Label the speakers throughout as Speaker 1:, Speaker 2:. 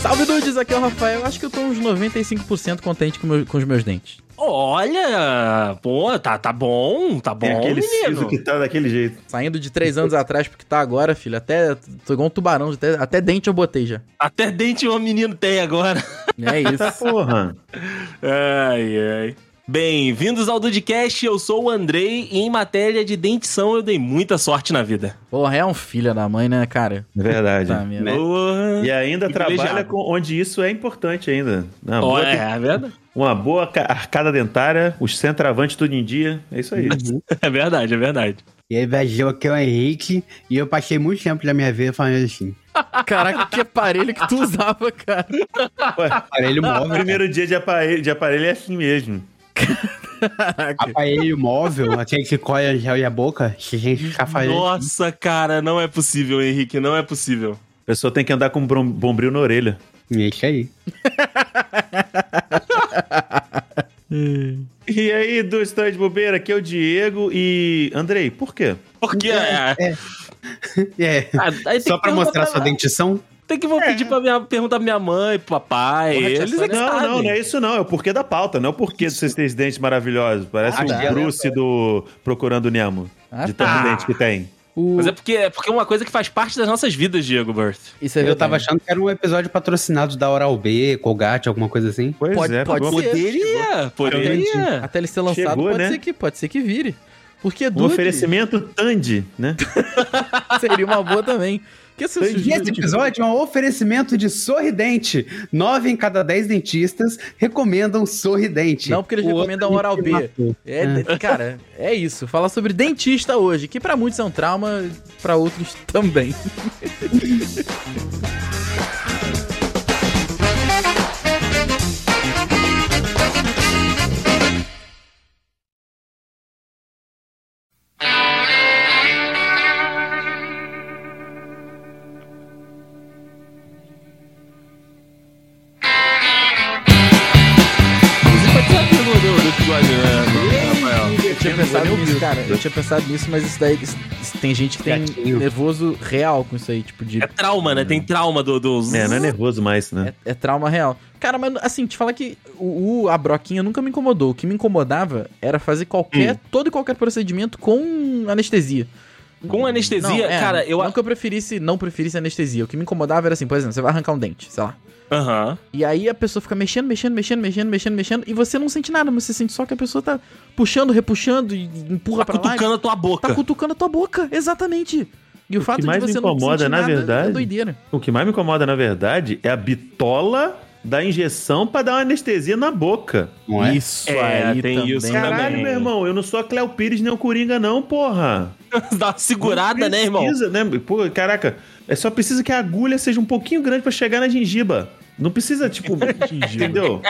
Speaker 1: Salve Dudes, aqui é o Rafael. Acho que eu tô uns 95% contente com, meu- com os meus dentes.
Speaker 2: Olha, pô, tá, tá bom, tá bom,
Speaker 3: Tem aquele
Speaker 2: menino.
Speaker 3: siso que tá daquele jeito.
Speaker 1: Saindo de 3 anos atrás pro que tá agora, filho, até tô igual um tubarão, até, até dente eu botei já.
Speaker 2: Até dente o menino tem agora.
Speaker 1: É isso.
Speaker 3: Porra.
Speaker 2: Ai, ai. Bem-vindos ao Dudcast, eu sou o Andrei e em matéria de dentição eu dei muita sorte na vida.
Speaker 1: Porra, é um filho da mãe, né, cara?
Speaker 3: Verdade.
Speaker 1: Tá, minha...
Speaker 2: Boa.
Speaker 3: É, né? E ainda trabalha
Speaker 2: Privilegiado.
Speaker 3: com onde isso é importante ainda. Uma
Speaker 2: Ó,
Speaker 3: boa,
Speaker 2: é, é verdade.
Speaker 3: uma boa ca- arcada dentária, os centroavantes tudo em dia. É isso aí.
Speaker 2: É verdade, é verdade.
Speaker 4: E aí, Brasil, aqui é o Henrique, e eu passei muito tempo da minha vida falando assim.
Speaker 1: Caraca, que aparelho que tu usava, cara.
Speaker 4: Aparelho móvel. né?
Speaker 3: Primeiro dia de aparelho, de aparelho é assim mesmo.
Speaker 1: Caraca.
Speaker 4: Aparelho móvel, aquele que colhe o gel e a boca, se a gente ficar falando.
Speaker 2: Nossa, cara, não é possível, Henrique, não é possível.
Speaker 3: A pessoa tem que andar com um brom- bombril na orelha.
Speaker 4: assim, "É Isso aí.
Speaker 3: E aí, do História de Bobeira, aqui é o Diego e... Andrei, por quê?
Speaker 2: Porque é,
Speaker 4: É. Só pra mostrar sua dentição?
Speaker 2: Tem que vou pedir pra minha, perguntar pra minha mãe, pro papai,
Speaker 1: Porra, tia
Speaker 2: eles é
Speaker 1: Sônia,
Speaker 2: que
Speaker 3: Não,
Speaker 2: sabem.
Speaker 3: não, não é isso não. É o porquê da pauta, não é o porquê de vocês terem esses dentes maravilhosos. Parece
Speaker 4: Ah,
Speaker 3: um
Speaker 4: tá.
Speaker 3: Bruce do Procurando Nemo.
Speaker 1: Ah,
Speaker 3: de
Speaker 2: tá.
Speaker 3: tanto dente que tem.
Speaker 1: O-
Speaker 2: Mas é porque, é porque é uma coisa que faz parte das nossas vidas, Diego Birth.
Speaker 1: Isso é
Speaker 4: Eu
Speaker 1: verdade.
Speaker 4: tava achando que era um episódio patrocinado da Oral B, Colgate, alguma coisa assim.
Speaker 3: Pois
Speaker 1: Pode-
Speaker 3: é,
Speaker 1: pode
Speaker 3: pegou-
Speaker 1: ser.
Speaker 2: Poderia, poderia.
Speaker 1: Até ele ser lançado,
Speaker 3: Chegou,
Speaker 1: pode
Speaker 3: né?
Speaker 1: ser que pode ser que vire. Porque
Speaker 3: um
Speaker 1: Dude
Speaker 3: oferecimento Tandy, né?
Speaker 1: seria uma boa também. Que se
Speaker 3: Tandy.
Speaker 4: E esse episódio é um oferecimento de Sorridente. Nove em cada dez dentistas recomendam Sorridente.
Speaker 1: Não, porque eles
Speaker 4: O outro
Speaker 1: recomendam Oral
Speaker 4: me
Speaker 1: B.
Speaker 4: matou.
Speaker 1: É, de- cara, é isso. Falar sobre dentista hoje, que pra muitos é um trauma, pra outros também.
Speaker 2: Inclusive, pode ser amigo do, do episódio, né, Rafael?
Speaker 1: Eu tinha pensado nisso, cara. Eu tinha pensado nisso, mas isso daí isso- isso- tem gente que tem
Speaker 4: Gatilho.
Speaker 1: nervoso real com isso aí, tipo, de.
Speaker 2: É trauma, né? Tem trauma do, dos.
Speaker 3: É, não é nervoso mais, né?
Speaker 1: É, é trauma real. Cara, mas assim, te falar que o, o- a broquinha nunca me incomodou. O que me incomodava era fazer qualquer, todo e qualquer procedimento com anestesia.
Speaker 2: Com anestesia,
Speaker 1: Não, é,
Speaker 2: cara, eu.
Speaker 1: Não que eu preferisse, não preferisse anestesia. O que me incomodava era assim, por exemplo, você vai arrancar um dente, sei lá.
Speaker 2: Aham.
Speaker 1: E aí a pessoa fica mexendo, mexendo, mexendo, mexendo, mexendo, mexendo, e você não sente nada, mas você sente só que a pessoa tá puxando, repuxando e empurra
Speaker 2: Tá
Speaker 1: pra lá. e
Speaker 2: cutucando a tua boca.
Speaker 1: Tá cutucando a tua boca, exatamente. E o, fato
Speaker 3: mais
Speaker 1: de
Speaker 3: me
Speaker 1: você não
Speaker 3: incomoda,
Speaker 1: sentir
Speaker 3: na
Speaker 1: nada é
Speaker 3: verdade,
Speaker 1: doideira.
Speaker 3: O que mais me incomoda, na verdade, é a bitola da injeção pra dar uma anestesia na boca.
Speaker 4: Não é?
Speaker 1: Isso
Speaker 2: É, tem isso também.
Speaker 3: né? Caralho, meu irmão, eu não sou a Cleo Pires nem o Coringa, não, porra.
Speaker 2: Dá uma segurada, né, irmão?
Speaker 3: Precisa, né? Pô, caraca, é só precisa que a agulha seja um pouquinho grande pra chegar na gengiba. Não precisa, tipo, entendeu?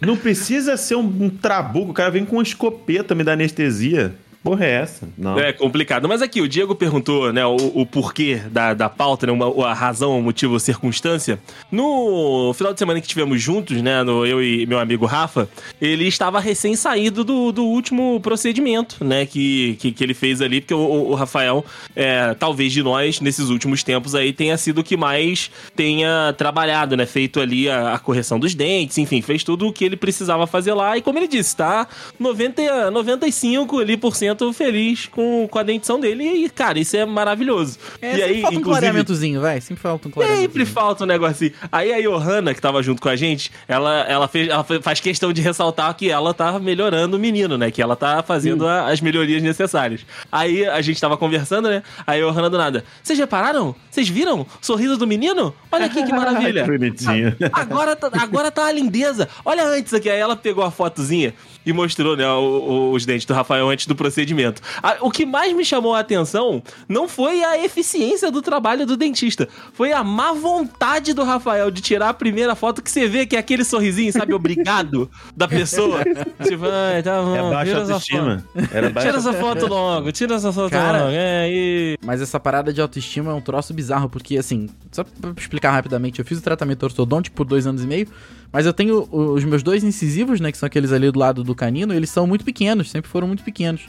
Speaker 3: Não precisa ser um, um trabuco. O cara vem com uma escopeta me dar anestesia. Porra, é essa? Não.
Speaker 2: É complicado. Mas aqui, o Diego perguntou, né, o, o porquê da, da pauta, né, uma- a razão, o motivo, a circunstância. No final de semana que tivemos juntos, né, no, eu e meu amigo Rafa, ele estava recém-saído do, do último procedimento, né, que, que, que ele fez ali, porque o, o- o Rafael, é, talvez de nós, nesses últimos tempos aí, tenha sido o que mais tenha trabalhado, né, feito ali a, a correção dos dentes, enfim, fez tudo o que ele precisava fazer lá. E como ele disse, tá 90, 95 ali por cento feliz com, com a dentição dele. E, cara, isso é maravilhoso.
Speaker 1: É,
Speaker 2: e
Speaker 1: sempre
Speaker 2: aí,
Speaker 1: falta um
Speaker 2: inclusive.
Speaker 1: clareamentozinho, vai. Sempre falta um clareamento.
Speaker 2: Sempre falta um negocinho. Aí a Johanna, que tava junto com a gente, ela, ela, fez, ela fe- faz questão de ressaltar que ela tá melhorando o menino, né? Que ela tá fazendo a- as melhorias necessárias. Aí a gente tava conversando, né? Aí a Johanna do nada. Vocês repararam? Vocês viram? O sorriso do menino? Olha aqui que maravilha.
Speaker 3: Bonitinho.
Speaker 2: Agora tá, agora tá a lindeza. Olha antes aqui. Aí ela pegou a fotozinha e mostrou, né, o- o- os dentes do Rafael antes do procedimento. A- o que mais me chamou a atenção não foi a eficiência do trabalho do dentista, foi a má vontade do Rafael de tirar a primeira foto que você vê que é aquele sorrisinho, sabe, obrigado da pessoa. Tipo, ai, tá
Speaker 1: Ah,
Speaker 2: bom,
Speaker 3: É baixa
Speaker 2: tira essa
Speaker 3: autoestima. Era
Speaker 2: foto. Tira
Speaker 3: baixa
Speaker 2: essa foto logo, tira essa foto
Speaker 1: Cara.
Speaker 2: logo. É, aí.
Speaker 1: Mas essa parada de autoestima é um troço bizarro, porque assim, só pra explicar rapidamente, eu fiz o tratamento ortodôntico por dois anos e meio, mas eu tenho o- os meus dois incisivos, né, que são aqueles ali do lado do canino, eles são muito pequenos, sempre foram muito pequenos.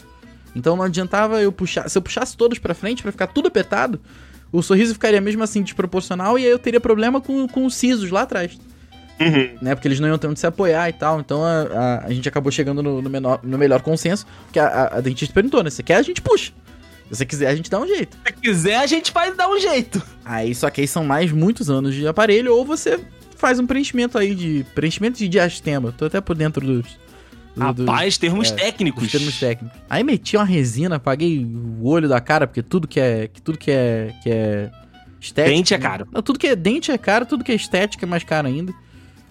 Speaker 1: Então não adiantava eu puxar, se eu puxasse todos pra frente pra ficar tudo apertado, o sorriso ficaria mesmo assim desproporcional e aí eu teria problema com, com os sisos lá atrás né? Porque eles não iam ter onde se apoiar e tal. Então a, a, a gente acabou chegando no, no menor- no melhor consenso, porque a, a- a dentista perguntou, né? Você quer, a gente puxa. Se você quiser, a gente dá um jeito.
Speaker 2: Se quiser, a gente faz dar um jeito.
Speaker 1: Aí, só que aí são mais muitos anos de aparelho, ou você faz um preenchimento aí de. Preenchimento de diastema. Tô até por dentro dos. do- do-
Speaker 2: Rapaz, termos
Speaker 1: é,
Speaker 2: técnicos.
Speaker 1: dos termos técnicos. Aí meti uma resina, apaguei o olho da cara, porque tudo que é. Que tudo que é. Que é estético.
Speaker 2: Dente é caro.
Speaker 1: Não, tudo que é dente é caro, tudo que é estética é mais caro ainda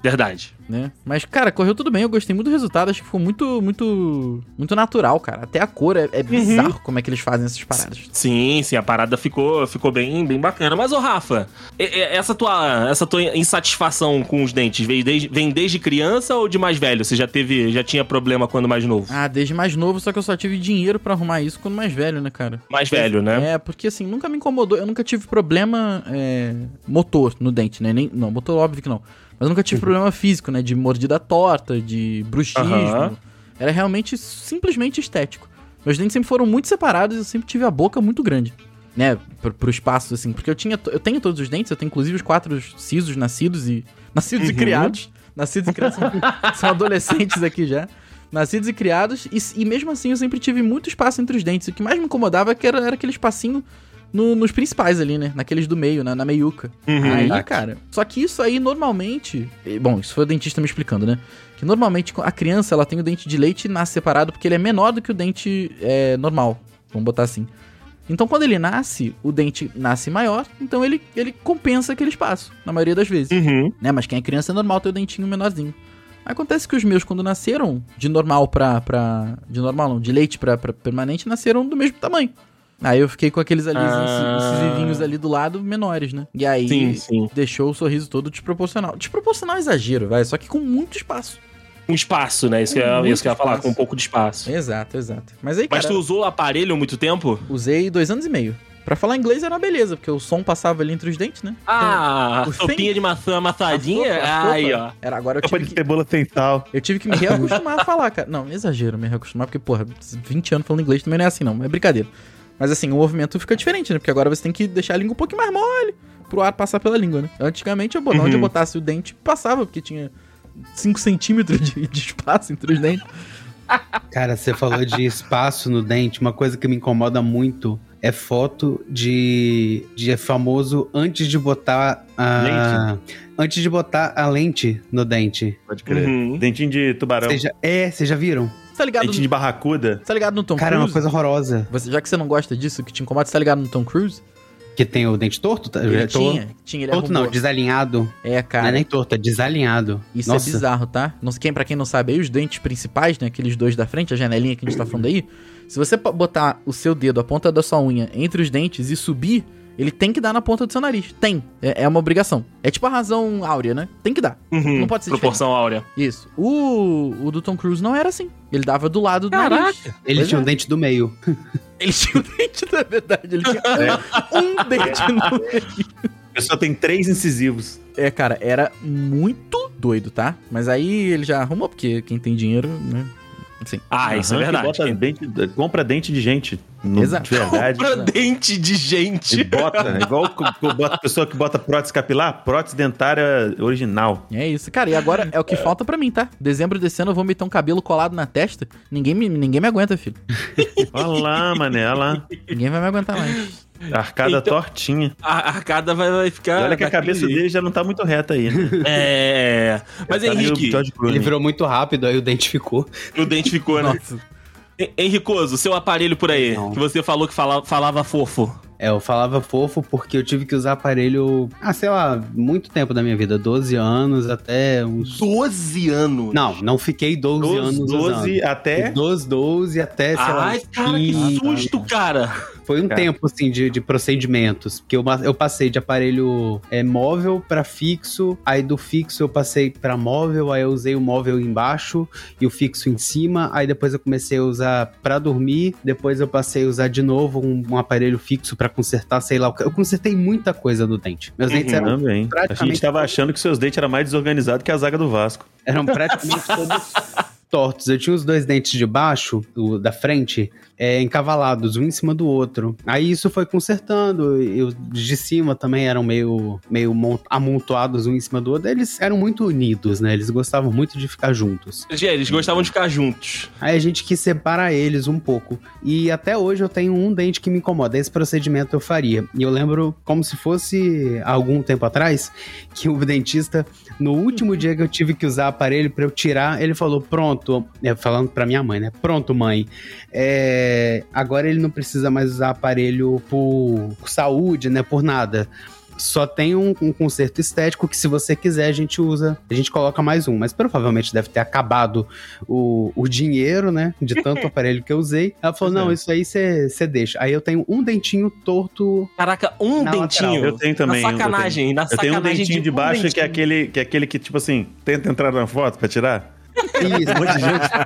Speaker 2: Verdade.
Speaker 1: né? Mas, cara, correu tudo bem, eu gostei muito do resultado, acho que ficou muito, muito, muito natural, cara. Até a cor é, é bizarro como é que eles fazem essas paradas.
Speaker 2: Sim, sim, a parada ficou, ficou bem, bem bacana. Mas, ô Rafa, e- e- essa tua, essa tua insatisfação com os dentes vem desde, vem desde criança ou de mais velho? Você já teve, já tinha problema quando mais novo?
Speaker 1: Ah, desde mais novo, só que eu só tive dinheiro pra arrumar isso quando mais velho, né, cara?
Speaker 2: Mais velho, né?
Speaker 1: É, porque assim, nunca me incomodou, eu nunca tive problema é, motor no dente, né? Nem, não, motor óbvio que não. Mas eu nunca tive problema físico, né? De mordida torta, de bruxismo.
Speaker 2: Aham.
Speaker 1: Era realmente simplesmente estético. Meus dentes sempre foram muito separados e eu sempre tive a boca muito grande, né? Pro, pro espaço, assim. Porque eu tinha. to- Eu tenho todos os dentes, eu tenho inclusive os quatro sisos nascidos e. Nascidos e
Speaker 2: Uhum.
Speaker 1: criados. Nascidos e criados são, são adolescentes aqui já. Nascidos e criados, e, e mesmo assim eu sempre tive muito espaço entre os dentes. O que mais me incomodava é que era, era aquele espacinho no- nos principais ali, né? Naqueles do meio, na, na meiuca.
Speaker 2: Uhum.
Speaker 1: Aí, cara. Só que isso aí normalmente. e, Bom, isso foi o dentista me explicando, né? Que normalmente a criança ela tem o dente de leite e nasce separado porque ele é menor do que o dente é, normal. Vamos botar assim. Então quando ele nasce, o dente nasce maior, então ele, ele compensa aquele espaço, na maioria das vezes
Speaker 2: Uhum.
Speaker 1: né? Mas quem é criança é normal ter o dentinho menorzinho. Acontece que os meus, quando nasceram, de normal pra. pra de normal não, de leite pra, pra permanente, nasceram do mesmo tamanho. Aí eu fiquei com aqueles ali,
Speaker 2: Ah.
Speaker 1: esses vivinhos ali do lado, menores, né? E aí
Speaker 2: Sim, sim.
Speaker 1: deixou o sorriso todo desproporcional. Desproporcional é exagero, vai, só que com muito espaço.
Speaker 2: Um espaço, né? Isso que, eu-
Speaker 1: Muito
Speaker 2: isso que eu ia falar,
Speaker 1: espaço.
Speaker 2: com um pouco de espaço.
Speaker 1: Exato, exato. Mas aí,
Speaker 2: Mas
Speaker 1: É, cara,
Speaker 2: tu usou o aparelho há muito tempo?
Speaker 1: usei dois anos e meio. Pra falar inglês era uma beleza, porque o som passava ali entre os dentes, né?
Speaker 2: Ah,
Speaker 1: O
Speaker 2: sopinha
Speaker 1: sem-
Speaker 2: de maçã
Speaker 1: A
Speaker 2: amassadinha?
Speaker 1: sopa, a sopa.
Speaker 2: Aí, ó.
Speaker 1: Era agora eu
Speaker 3: Sopa
Speaker 1: tive
Speaker 3: de
Speaker 1: que...
Speaker 3: cebola sem sal.
Speaker 1: Eu tive que me reacostumar a falar, cara. Não, é exagero me reacostumar, porque, porra, 20 anos falando inglês também não é assim, não. É brincadeira. Mas assim, o movimento fica diferente, né? Porque agora você tem que deixar a língua um pouquinho mais mole pro ar passar pela língua, né? Antigamente, eu, bot- onde
Speaker 4: Uhum.
Speaker 1: eu botasse o dente, passava, porque tinha 5 centímetros de, de espaço entre os dentes.
Speaker 4: Cara, você falou de espaço no dente. Uma coisa que me incomoda muito é foto de, de famoso antes de botar a antes de botar a lente no dente.
Speaker 3: Pode crer.
Speaker 2: Uhum.
Speaker 3: Dentinho de tubarão.
Speaker 4: Vocês já- é, vocês já viram?
Speaker 1: Você tá ligado,
Speaker 3: Dentinho
Speaker 1: no,
Speaker 3: de barracuda.
Speaker 1: tá ligado no Tom
Speaker 4: Cara, é uma
Speaker 1: Cruise?
Speaker 4: coisa horrorosa.
Speaker 1: Você, já que você não gosta disso, que te incomoda, você tá ligado no Tom Cruise?
Speaker 4: Que tem o dente torto? Tá?
Speaker 1: Ele
Speaker 4: Eu tô-
Speaker 1: tinha, tinha, ele
Speaker 4: Torto não,
Speaker 1: arrumou.
Speaker 4: desalinhado.
Speaker 1: É,
Speaker 4: Não é
Speaker 1: cara.
Speaker 4: nem torto, é desalinhado.
Speaker 1: Isso
Speaker 4: Nossa,
Speaker 1: é bizarro, tá? Não sei quem, para quem não sabe, aí os dentes principais, né, aqueles dois da frente, a janelinha que a gente tá falando aí, se você po- botar o seu dedo, a ponta da sua unha entre os dentes e subir, ele tem que dar na ponta do seu nariz. Tem. É, é uma obrigação. É tipo a razão áurea, né? Tem que dar.
Speaker 2: Uhum.
Speaker 1: Não pode ser
Speaker 2: Proporção áurea.
Speaker 1: Isso. O, o do Tom Cruise não era assim. Ele dava do lado do nariz.
Speaker 4: Ele
Speaker 1: Pois
Speaker 4: tinha
Speaker 1: é.
Speaker 4: um dente do meio.
Speaker 1: Ele tinha um dente, na verdade. Ele tinha
Speaker 4: É.
Speaker 1: um dente no meio.
Speaker 3: A pessoa tem três incisivos.
Speaker 1: É, cara, era muito doido, tá? Mas aí ele já arrumou, porque quem tem dinheiro, né? Assim.
Speaker 2: Ah, isso é
Speaker 3: Aham, que
Speaker 2: verdade.
Speaker 3: bota dente- compra dente de gente. No,
Speaker 1: Exato.
Speaker 3: De verdade.
Speaker 1: né?
Speaker 2: Pra dente de
Speaker 3: E
Speaker 2: gente.
Speaker 3: bota, é igual co- co- bota- a pessoa que bota prótese capilar, prótese dentária original.
Speaker 1: É isso, cara. E agora é o que falta pra mim, tá? Dezembro desse ano eu vou meter um cabelo colado na testa. Ninguém me, ninguém me aguenta, filho.
Speaker 3: Olha lá, mané, olha lá.
Speaker 1: Ninguém vai me aguentar mais.
Speaker 3: Arcada
Speaker 2: Então-
Speaker 3: tortinha.
Speaker 2: A arcada vai, vai ficar.
Speaker 3: E olha que a
Speaker 2: daquele
Speaker 3: cabeça
Speaker 2: jeito.
Speaker 3: dele já não tá muito reta aí. Né?
Speaker 2: É. Mas
Speaker 3: Tá meio
Speaker 2: Henrique,
Speaker 3: George Clooney.
Speaker 4: Ele virou muito rápido, aí o dente ficou.
Speaker 2: o dente ficou, né?
Speaker 1: Nossa.
Speaker 2: Hen- Henricoso, seu aparelho por aí,
Speaker 4: Não.
Speaker 2: que você falou que fala- falava fofo.
Speaker 4: É, eu falava fofo porque eu tive que usar aparelho, ah, sei lá, muito tempo da minha vida. 12 anos até uns.
Speaker 2: 12 anos.
Speaker 4: Não, não fiquei 12
Speaker 3: 12,
Speaker 4: anos.
Speaker 3: 12
Speaker 4: usando.
Speaker 3: até.
Speaker 4: 12, 12 até,
Speaker 3: é
Speaker 4: sei
Speaker 2: é?
Speaker 4: lá.
Speaker 2: Ai,
Speaker 4: uns
Speaker 2: cara, que
Speaker 4: 15.
Speaker 2: susto, cara.
Speaker 4: Foi um
Speaker 3: Cara.
Speaker 4: tempo, assim, de, de procedimentos. Porque eu, ma- eu passei de aparelho é, móvel pra fixo, aí do fixo eu passei pra móvel, aí eu usei o móvel embaixo e o fixo em cima, aí depois eu comecei a usar pra dormir, depois eu passei a usar de novo um, um aparelho fixo pra consertar, sei lá. o que. Eu consertei muita coisa do dente. Meus dentes
Speaker 3: Uhum.
Speaker 4: eram,
Speaker 3: Também. A gente
Speaker 4: um praticamente-
Speaker 3: tava achando que seus dentes eram mais desorganizados que a zaga do Vasco.
Speaker 4: eram praticamente todos tortos. Eu tinha os dois dentes de baixo, o da frente, é, encavalados, um em cima do outro. Aí isso foi consertando. E os de cima também eram meio, meio mon- amontoados um em cima do outro. Eles eram muito unidos, né? Eles gostavam muito de ficar juntos.
Speaker 2: Gente, eles gostavam de ficar juntos.
Speaker 4: Aí a gente quis separar eles um pouco. E até hoje eu tenho um dente que me incomoda. Esse procedimento eu faria. E eu lembro, como se fosse há algum tempo atrás, que o dentista, no último dia que eu tive que usar aparelho pra eu tirar, ele falou: Pronto, é, falando pra minha mãe, né? Pronto, mãe. é, agora ele não precisa mais usar aparelho por saúde, né? Por nada. Só tem um, um conserto estético que, se você quiser, a gente usa. A gente coloca mais um, mas provavelmente deve ter acabado o, o dinheiro, né? De tanto aparelho que eu usei. Ela falou: não, isso aí você deixa. Aí eu tenho um dentinho torto.
Speaker 2: Caraca, um
Speaker 4: Na
Speaker 2: dentinho.
Speaker 4: lateral.
Speaker 3: Eu tenho também.
Speaker 2: Na
Speaker 3: eu
Speaker 2: sacanagem, na
Speaker 3: Eu tenho
Speaker 2: sacanagem
Speaker 3: um dentinho de
Speaker 2: um
Speaker 3: baixo que, é
Speaker 2: dentinho.
Speaker 3: aquele, que é aquele que, tipo assim, tenta entrar na foto pra tirar.
Speaker 4: Isso, um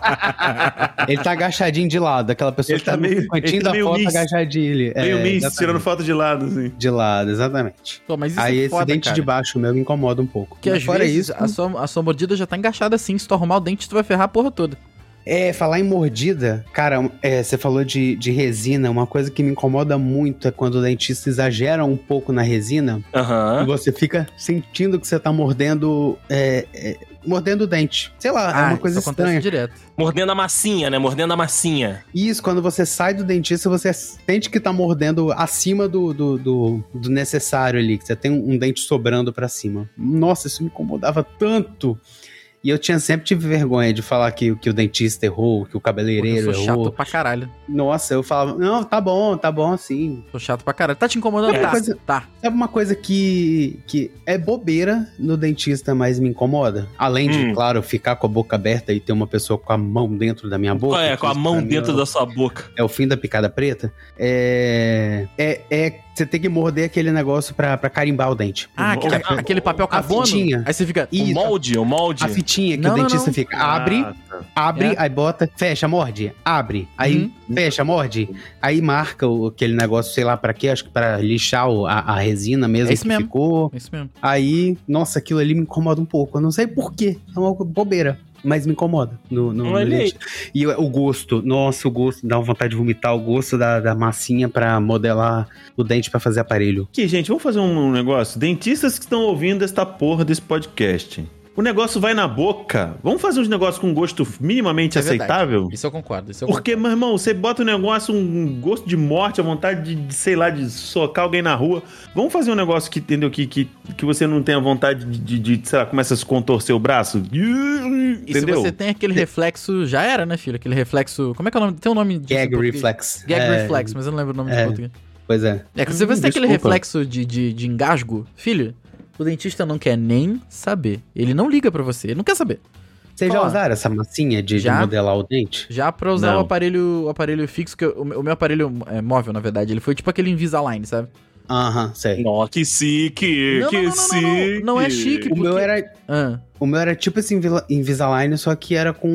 Speaker 4: ele tá agachadinho de lado. Aquela pessoa
Speaker 3: Ele
Speaker 4: que
Speaker 3: tá meio-
Speaker 4: no cantinho
Speaker 3: ele tá
Speaker 4: da
Speaker 3: meio
Speaker 4: foto
Speaker 3: miss.
Speaker 4: agachadinho. Ele,
Speaker 3: Meio miss,
Speaker 4: É, exatamente.
Speaker 3: tirando foto de lado, assim.
Speaker 4: De lado, exatamente.
Speaker 1: Pô, mas isso
Speaker 4: aí
Speaker 1: é
Speaker 4: esse
Speaker 1: foda,
Speaker 4: dente
Speaker 1: cara.
Speaker 4: de baixo meu me incomoda um pouco.
Speaker 1: Que
Speaker 4: Mas
Speaker 1: às vezes a, sua, a sua mordida já tá engaixada assim. Se tu arrumar o dente, tu vai ferrar a porra toda.
Speaker 4: É, falar em mordida, cara, é, você falou de, de resina, uma coisa que me incomoda muito é quando o dentista exagera um pouco na resina,
Speaker 2: Aham.
Speaker 4: e você fica sentindo que você tá mordendo. é, é, mordendo o dente. Sei lá, é uma
Speaker 1: Ah,
Speaker 4: coisa
Speaker 1: isso acontece
Speaker 4: estranha.
Speaker 1: direto.
Speaker 2: Mordendo a massinha, né? Mordendo a massinha.
Speaker 4: E Isso, quando você sai do dentista, você sente que tá mordendo acima do, do, do- do necessário ali, que você tem um, um dente sobrando pra cima. Nossa, isso me incomodava tanto. E eu tinha sempre tive vergonha de falar que, que o dentista errou, que
Speaker 1: Porra, eu
Speaker 4: o cabeleireiro
Speaker 1: sou
Speaker 4: errou.
Speaker 1: chato pra caralho.
Speaker 4: Nossa, eu falava, não, tá bom, tá bom, sim.
Speaker 1: Sou chato pra caralho. Tá te incomodando?
Speaker 4: É,
Speaker 1: tá.
Speaker 4: coisa-
Speaker 1: Tá.
Speaker 4: Sabe uma coisa que, que é bobeira no dentista, mas me incomoda? Além de,
Speaker 2: Hum.
Speaker 4: claro, ficar com a boca aberta e ter uma pessoa com a mão dentro da minha boca.
Speaker 2: é, com a
Speaker 4: que
Speaker 2: mão
Speaker 3: tá
Speaker 4: pra mim
Speaker 2: dentro
Speaker 4: é,
Speaker 2: da sua boca.
Speaker 4: É o fim da picada preta. É. É. é você tem que morder aquele negócio pra, pra carimbar o dente.
Speaker 1: Ah, aquele, aquele papel carbono.
Speaker 4: fitinha.
Speaker 1: Aí você fica.
Speaker 4: Isso.
Speaker 3: tá
Speaker 2: O molde, o molde.
Speaker 4: A fitinha que
Speaker 1: Não,
Speaker 4: o
Speaker 1: não,
Speaker 4: dentista
Speaker 1: não.
Speaker 4: fica. Abre,
Speaker 3: Ah, tá.
Speaker 4: abre,
Speaker 1: É. Uhum.
Speaker 4: aí bota, fecha, morde, abre, aí fecha, morde, aí marca o- aquele negócio, sei lá pra quê, acho que pra lixar o- a, a resina mesmo
Speaker 1: É isso
Speaker 4: que
Speaker 1: mesmo.
Speaker 4: ficou.
Speaker 1: Isso é mesmo.
Speaker 4: Aí, nossa, aquilo ali me incomoda um pouco. Eu não sei porquê. É uma bobeira. Mas me incomoda. No, no, no
Speaker 2: Olha aí.
Speaker 4: leite. E o o gosto. Nossa, o gosto. Dá uma vontade de vomitar. O gosto da, da massinha pra modelar o dente pra fazer aparelho.
Speaker 3: Aqui, gente, vamos fazer um negócio. Dentistas que estão ouvindo esta porra desse podcast. O negócio vai na boca. Vamos fazer uns negócios com gosto minimamente
Speaker 1: É verdade.
Speaker 3: aceitável?
Speaker 1: Isso eu concordo. Isso eu
Speaker 3: Porque, meu irmão, você bota um negócio, um gosto de morte, a vontade de, de, sei lá, de socar alguém na rua. Vamos fazer um negócio que, entendeu, que, que, que você não tenha vontade de, de, de, sei lá, começa a se contorcer o braço.
Speaker 1: E se
Speaker 3: Entendeu? é
Speaker 1: você tem aquele reflexo, já era, né, filho? Aquele reflexo. Como é que é o nome? Tem um nome disso em
Speaker 4: Gag
Speaker 1: português?
Speaker 4: reflex.
Speaker 1: Gag
Speaker 4: É,
Speaker 1: reflex, mas eu não lembro o nome
Speaker 4: é.
Speaker 1: de português.
Speaker 4: Pois é.
Speaker 1: É, que você vê se
Speaker 4: Hum,
Speaker 1: tem aquele
Speaker 4: desculpa.
Speaker 1: reflexo de, de, de engasgo, filho, o dentista não quer nem saber. Ele não liga pra você, ele não quer saber.
Speaker 4: Vocês já
Speaker 1: Ó,
Speaker 4: usaram essa massinha de, de
Speaker 1: já.
Speaker 4: modelar o dente?
Speaker 1: Já pra usar
Speaker 3: Não.
Speaker 1: o aparelho, o aparelho fixo, que eu- o meu o meu aparelho é, móvel, na verdade, ele foi tipo aquele Invisalign, sabe?
Speaker 4: Aham, sei.
Speaker 2: Nossa, que
Speaker 1: Não, não,
Speaker 2: sique, que
Speaker 1: não, não, não, não.
Speaker 2: sique.
Speaker 1: Não é chique.
Speaker 4: O meu
Speaker 1: porque-
Speaker 4: era
Speaker 1: Ah,
Speaker 4: O meu era tipo esse Invila- Invisalign, só que era com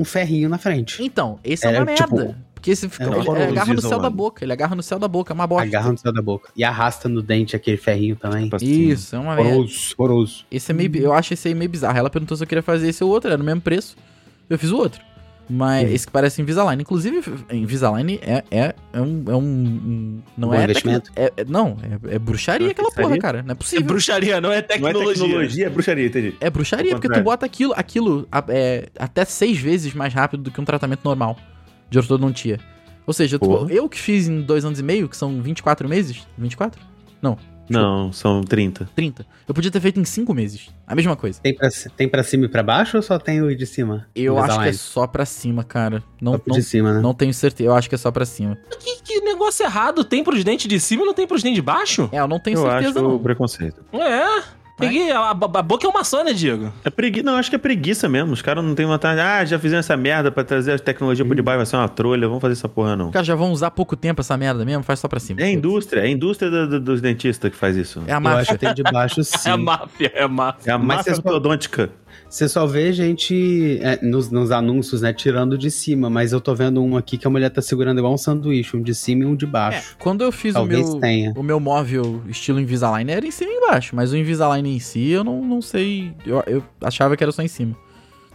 Speaker 4: um ferrinho na frente.
Speaker 1: então, esse é,
Speaker 4: Era,
Speaker 1: uma
Speaker 4: tipo,
Speaker 1: merda. Porque esse fica, ele,
Speaker 4: horroroso
Speaker 1: agarra no céu da
Speaker 4: Invisalign.
Speaker 1: boca, ele agarra no céu da boca, é uma bosta.
Speaker 4: Agarra no céu da boca. E arrasta no dente aquele ferrinho também.
Speaker 1: Isso, é uma merda.
Speaker 4: Horroroso, horroroso.
Speaker 1: Esse é meio, bi- eu acho esse aí meio bizarro. Ela perguntou se eu queria fazer esse ou outro, era no mesmo preço. Eu fiz o outro. Mas
Speaker 3: Uhum.
Speaker 4: Sim.
Speaker 1: esse que parece Invisalign. Inclusive, f- Invisalign é, é, é um, é um- um- Não
Speaker 4: Bom
Speaker 1: é.
Speaker 4: investimento.
Speaker 1: tecno- é- é- não, é, é bruxaria
Speaker 3: Não é
Speaker 1: aquela porra,
Speaker 3: feitiçaria?
Speaker 1: cara. Não é
Speaker 2: É
Speaker 1: possível.
Speaker 2: bruxaria, não é
Speaker 3: Não é
Speaker 2: tecnologia.
Speaker 3: tecnologia, é bruxaria, entendi.
Speaker 1: É bruxaria,
Speaker 3: Ao
Speaker 1: porque tu
Speaker 3: contrário.
Speaker 1: bota aquilo, aquilo a- é, até seis vezes mais rápido do que um tratamento normal de ortodontia. Ou seja, tu-
Speaker 3: Porra.
Speaker 1: eu que fiz em dois anos e meio, que são 24 meses. 24? Não.
Speaker 3: Não, são 30.
Speaker 1: 30. Eu podia ter feito em 5 meses. A mesma coisa.
Speaker 4: Tem pra, tem pra cima e pra baixo ou só tem o de cima?
Speaker 1: Eu
Speaker 4: Os
Speaker 1: acho que é
Speaker 4: alarmes.
Speaker 1: só pra cima, cara. Não,
Speaker 4: Só o de
Speaker 1: não,
Speaker 4: cima, né?
Speaker 1: não tenho certeza. Eu acho que é só pra cima.
Speaker 2: Que, que negócio errado? Tem pros dentes de cima e não tem pros dentes de baixo?
Speaker 1: É, eu não tenho
Speaker 3: eu
Speaker 1: certeza,
Speaker 3: acho
Speaker 1: não.
Speaker 3: o preconceito.
Speaker 2: É. Peguei, a, a- a boca é uma só, né, Diego?
Speaker 3: É pregui... Não, acho que é preguiça mesmo. Os caras não têm vontade. Ah, já fizeram essa merda pra trazer a tecnologia por debaixo, vai ser uma trolha, vamos fazer essa porra não.
Speaker 1: Cara, já vão usar pouco tempo essa merda mesmo? Faz só pra cima.
Speaker 3: É a indústria, é a indústria do- do- dos dentistas que faz isso.
Speaker 1: É a
Speaker 4: Eu acho
Speaker 1: marcha.
Speaker 4: que tem de baixo sim.
Speaker 2: É a máfia, é a máfia.
Speaker 3: É a
Speaker 4: Mas
Speaker 3: máfia
Speaker 4: vocês-
Speaker 3: ortodôntica.
Speaker 4: Você só vê gente é, nos, nos anúncios, né? Tirando de cima, mas eu tô vendo um aqui que a mulher tá segurando igual um sanduíche, um de cima e um de
Speaker 1: É,
Speaker 4: baixo.
Speaker 1: quando eu fiz o
Speaker 4: Talvez
Speaker 1: meu,
Speaker 4: tenha.
Speaker 1: o meu móvel estilo Invisalign, era em cima e embaixo. Mas o Invisalign em si, eu não, não sei. Eu, eu achava que era só em cima.